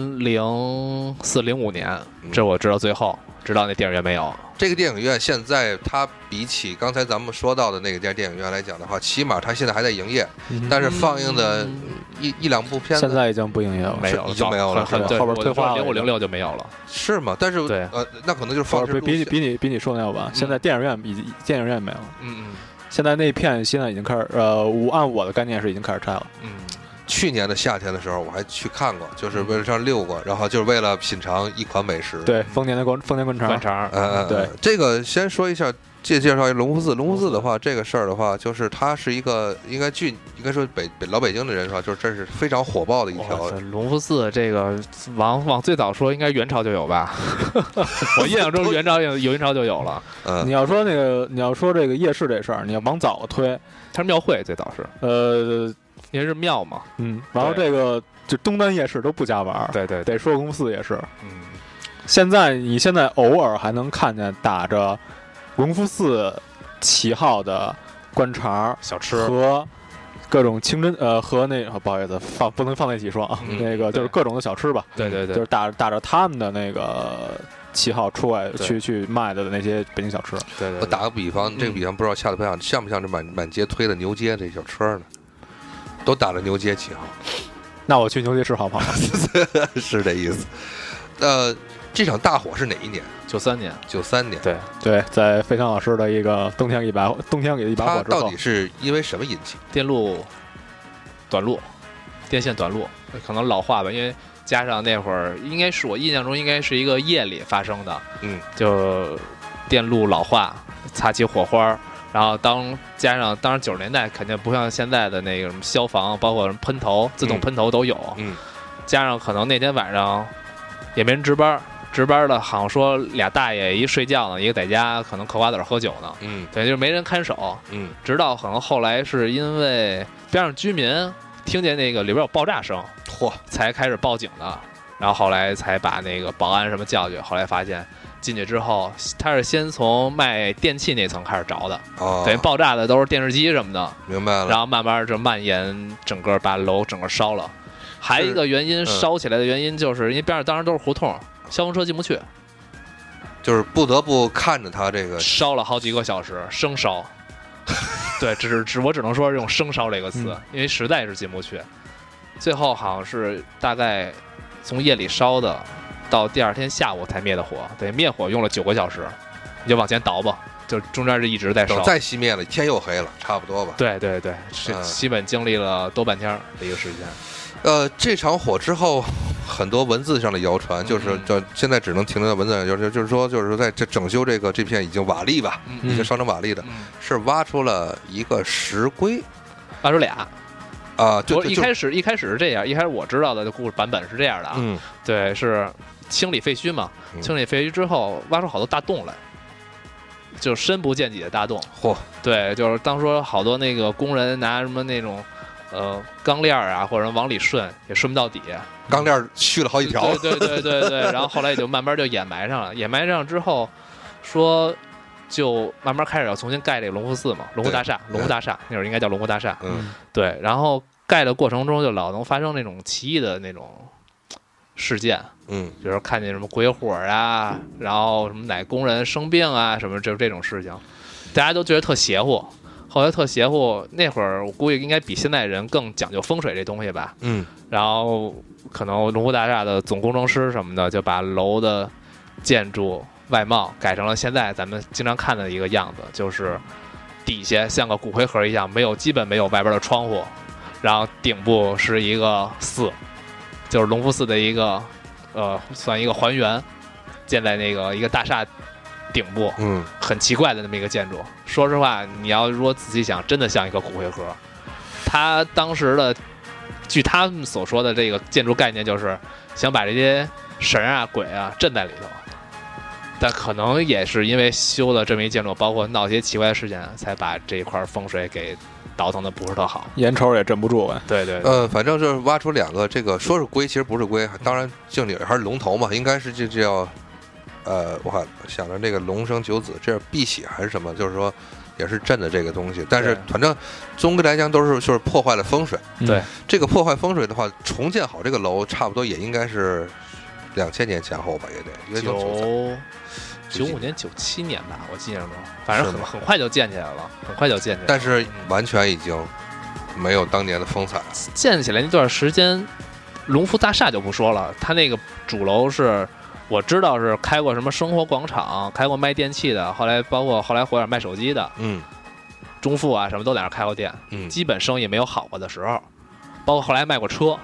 零四零五年，
嗯
这我知道最后，直到那电影院没有。
这个电影院现在它比起刚才咱们说到的那个家电影院来讲的话，起码它现在还在营业，但
嗯
是放映的
嗯
一一两部片
现
子
在已经不营业了，
呃没有
已经没有了
很
是吧
很对
后边退化了
零五零六就没有了。
是吗？但是
对
呃，那可能就是放
不
置
是
录
比比
像
比你比你说那要晚。现在电影院已经电影院没有了，
嗯嗯
现在那片现在已经开始呃，我按我的概念是已经开始拆了。
嗯。去年的夏天的时候，我还去看过，就是为了上溜过，然后就是为了品尝一款美食。，
嗯对，丰年的广丰年灌肠，
灌肠，
呃，
对，
这个先说一下，介介绍一下龙福寺。龙福寺的话，这个事儿的话，就是它是一个应该据应该说北北老北京的人说，就是这是非常火爆的一条
哇塞，隆福寺这个往往最早说应该元朝就有吧？ 我印象中元朝有元朝就有了，
嗯
你要说那个，你要说这个夜市这事儿，你要往早了推，
它是庙会最早是，
呃，
因为是庙嘛。
嗯，然后这个就东单夜市都不加玩儿，
对对，
得说公司也是。
嗯，
现在你现在偶尔还能看见打着嗯隆福寺旗号的灌肠儿
小吃
和各种清真呃和那、哦不好意思放不能放在一起说啊，
嗯
那个就
对
是各种的小吃吧，
对对
就
对
是，打打着他们的那个旗号出来
对
去去卖的那些北京小吃。
对对
我打个比方，这个
嗯
比方不知道恰得不恰当，像不像这满满街推的牛街这小车呢？都打着牛街旗号，
那我去牛街市好不 好？
是这意思。呃，这场大火是哪一年？
九三年，
九三年。
对，
对，在费翔老师的一个冬天给一把冬天给一把
它
火之
到
后
底，是因为什么引起？
电路短路，电线短路，可能老化吧，因为加上那会儿应该是我印象中应该是一个夜里发生的，
嗯，
就电路老化，擦起火花儿。然后当加上当时九十年代肯定不像现在的那个什么消防，包括什么喷头、自动
嗯
喷头都有，
嗯，
加上可能那天晚上也没人值班儿，值班儿的好像说俩大爷一睡觉呢，一个在家可能嗑瓜子儿喝酒呢，
嗯
对，就是没人看守。
嗯
直到可能后来是因为边上居民听见那个里边有爆炸声，嚯，才开始报警的。然后后来才把那个保安什么叫去，后来发现进去之后，他是先从卖电器那层开始着的，
哦，
等于爆炸的都是电视机什么的，
明白
然
了。
后慢慢就蔓延，整个把楼整个烧了。还有一个原因，
嗯
烧起来的原因就是因为边上当时都是胡同，消防车进不去，
就是不得不看着它这个，
烧了好几个小时，生烧。 对，只是只我只能说用“生烧”这个词，
嗯
因为实在是进不去。最后好像是大概从夜里烧的，到第二天下午才灭的火，对，灭火用了九个小时。你就往前倒吧，就中间就一直在烧
等。再熄灭了，天又黑了，差不多吧。
对对对，是
嗯
基本经历了多半天儿的一个时间。
呃，这场火之后，很多文字上的谣传，就是
嗯
就现在只能停留在文字上的谣传，就是说，就是说在这整修这个这片已经瓦砾吧，
嗯
已经烧成瓦砾的，
嗯，
是挖出了一个石龟
二十俩，
啊，就
我
就
一
就
开始一开始是这样，一开始我知道的故事版本是这样的啊，
嗯，
对，是清理废墟嘛，
嗯
清理废墟之后挖出好多大洞来，就深不见底的大洞。
嚯，
对，就是当说好多那个工人拿什么那种呃钢链儿啊，或者往里顺也顺不到底，
钢链儿续了好几条，
对对对对对，然后后来也就慢慢就掩埋上了，掩埋上之后说。就慢慢开始要重新盖这个龙福寺嘛，龙湖大厦，
对
龙湖大厦那会儿应该叫龙湖大厦，
嗯，
对，然后盖的过程中就老能发生那种奇异的那种事件，
嗯，
比如说看见什么鬼火啊，然后什么哪工人生病啊，什么就是这种事情，大家都觉得特邪乎。后来特邪乎，那会儿我估计应该比现在人更讲究风水这东西吧。
嗯，
然后可能龙湖大厦的总工程师什么的就把楼的建筑外貌改成了现在咱们经常看的一个样子，就是底下像个骨灰盒一样，没有基本没有外边的窗户，然后顶部是一个寺，就是隆福寺的一个呃算一个还原，建在那个一个大厦顶部，
嗯，
很奇怪的那么一个建筑。说实话，你要如果仔细想，真的像一个骨灰盒。他当时的，据他们所说的这个建筑概念，就是想把这些神啊、鬼啊镇在里头。但可能也是因为修了这么一建筑，包括闹一些奇怪的事件，才把这一块风水给倒腾的不是特好。
眼瞅着也镇不住啊。
对对对，
呃，反正就是挖出两个，这个说是龟，其实不是龟，当然正经还是龙头嘛，应该是这这叫，呃，我看想着这个龙生九子，这是碧玺还是什么？就是说也是镇的这个东西，但是
对
反正总归来讲都是就是破坏了风水。
嗯对
这个破坏风水的话，重建好这个楼，差不多也应该是两千年前后吧，也得因为都九三
九九五年、九七年吧，我记着中，反正
是
很
吗
很快就建起来了，很快就建起来了。
但是完全已经没有当年的风采了。
建起来那段时间，龙福大厦就不说了，它那个主楼是我知道是开过什么生活广场，开过卖电器的，后来包括后来火点卖手机的，
嗯
中富啊什么都在那儿开过店，
嗯，
基本生意没有好过的时候，包括后来卖过车。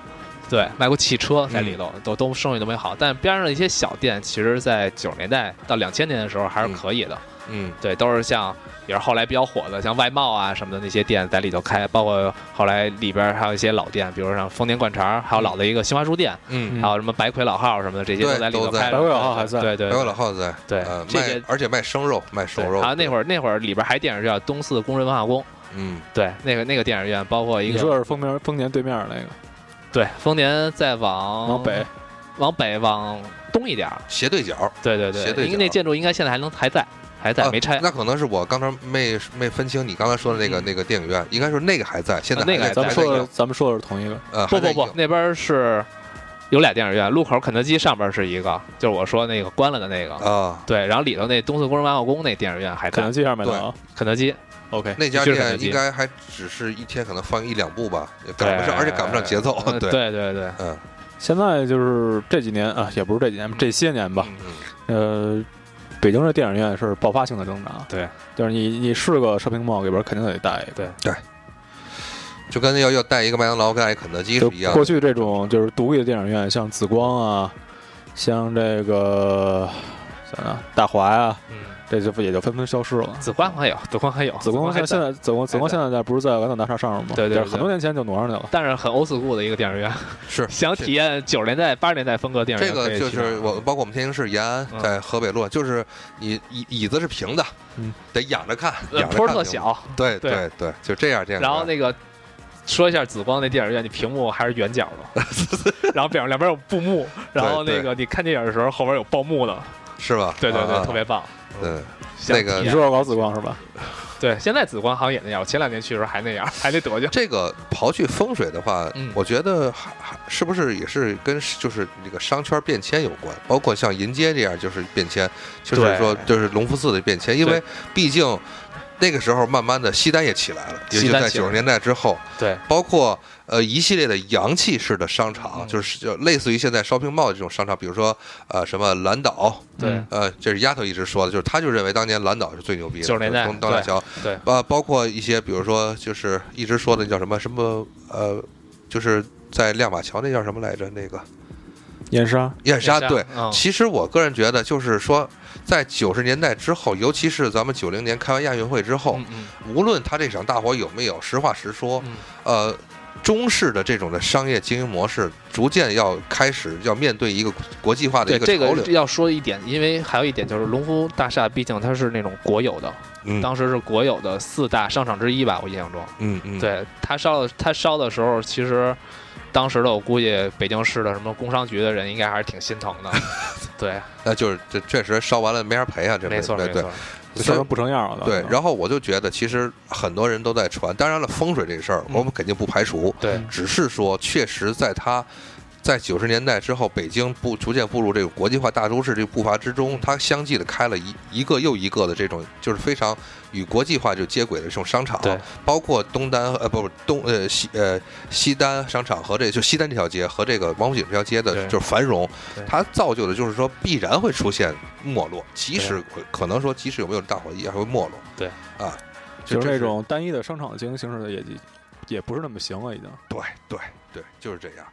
对，卖过汽车在里头，都都生意都没好，但边上的一些小店，其实，在九十年代到两千年的时候还是可以的。
嗯
对，都是像也是后来比较火的，像外贸啊什么的那些店在里头开，包括后来里边还有一些老店，比如像丰年灌肠，还有老的一个新华书店，
嗯，
还有什么百魁老号什么的，这些
对
在里头
都在
开着。
百魁老号还嗯在
对对，
还有老浩在，
对
呃，
这
卖
些
而且卖生肉，卖熟肉。
还有那会儿那会儿里边还电影叫东四工人文化宫，
嗯。
对，那个那个电影院，包括一
你
个
说的是丰年丰年对面那个
对丰年再往
往北，
往北往东一点儿，
斜对角，
对对
斜对
对，因为
角
那建筑应该现在还能还在还在
啊
没拆，
那可能是我刚才没没分清你刚才说的那个
嗯
那个电影院，应该是那个还在，现在
啊那个
还
还
在
哎
还
在
咱们
在
说的
用
咱们说的是同一个。
呃，
不
还在
不不
用，
那边是有俩电影院，路口肯德基上边是一个，就是我说那个关了的那个。
啊，
对，然后里头那东四工人文化宫那电影院还
肯德
在，
基上面的啊
肯德基。
，OK，
那家
就是肯德
店
基
应该还只是一天可能放一两部吧，也
对
赶不上，而且赶不上节奏
呃，
哦对，
对对对，
嗯
现在就是这几年啊，也不是这几年，这些年吧，
嗯
呃，北京的电影院是爆发性的增长。
对，
就是你你是个 shopping mall 里边肯定得带一个。
就跟要要带一个麦当劳，带一个肯德基是
就
一样
过
的，
去这种就是独立的电影院，像紫光啊，像这个想想大华啊，
嗯，
这就也就纷纷消失了。
紫光还有，紫光还有，
紫光
还
现现
在，
在紫光紫光
还
现
在
在不是在蓝岛大厦上面吗？
对对对
就是很多年前就挪上去了。
但是很 old school 的一个电影 院，
是
想体验九十年代、八十年代风格电影
这
院可以
个
去
就
那儿，
是我，包括我们天津市延安
嗯
在河北路，就是你椅椅子是平的
嗯，
得仰着看，
呃
仰着
坡
看
特
就行，
小，
对
对
对对，就这样这样。
然后那个说一下紫光那电影院，你屏幕还是圆角 的，然后两两边有布幕，然后
对
那个你看电影的时候后边有报幕的，
是吧？
对对
啊
对，
啊
特别棒。
对，
想
那个
体
你
验
是要搞紫光是吧？
对，现在紫光好像也那样，我前两年去的时候还那样， 还那德 行。
这个刨去风水的话，
嗯
我觉得还还是不是也是跟就是这个商圈变迁有关，包括像银街这样就是变迁，就是
对
说就是隆福寺的变迁，因为
对
毕竟那个时候慢慢的西单也起来了，也
西
就
单
在
起
九
来
十
了
年代之后，
对，
包括呃一系列的洋气式的商场，
嗯
就是就类似于现在 shopping mall 这种商场，比如说呃什么蓝岛，
对
呃这是丫头一直说的，就是她就认为当年蓝岛是最牛逼的，
90年代
从当大
对
桥
对，
包包括一些，比如说就是一直说的那叫什么什么呃，就是在亮马桥那叫什么来着？那个
燕莎，
燕莎
燕莎
对。
嗯
其实我个人觉得，就是说，在九十年代之后，尤其是咱们九零年开完亚运会之后，
嗯嗯
无论他这场大火有没有，实话实说，
嗯
呃，中式的这种的商业经营模式，逐渐要开始要面对一个国际化的
对
一个
这
潮
个
流。
要说一点，因为还有一点就是龙福大厦，毕竟它是那种国有的，
嗯
当时是国有的四大商场之一吧，我印象中。
嗯嗯，
对，它烧的，它烧的时候，其实当时的我估计北京市的什么工商局的人应该还是挺心疼 的。对，
那就是这确实烧完了没人赔啊，这
没错
对
没
对
错。
所
烧
以
成不成样了。
对，然后我就觉得，其实很多人都在传，当然了，风水这事儿
嗯
我们肯定不排除，
对
只是说确实在它在九十年代之后，北京步逐渐步入这个国际化大都市这个步伐之中，
嗯
它相继的开了一一个又一个的这种就是非常与国际化就接轨的这种商场，
对，
包括东单呃不不东呃西呃西单商场和这就西单这条街和这个王府井这条街的
对
就是繁荣
对，
它造就的就是说必然会出现没落，即使可可能说即使有没有大火也会没落。啊就
就是
这是
那种单一的商场经营形式的也也不是那么行了，已经。
对对对，就是这样。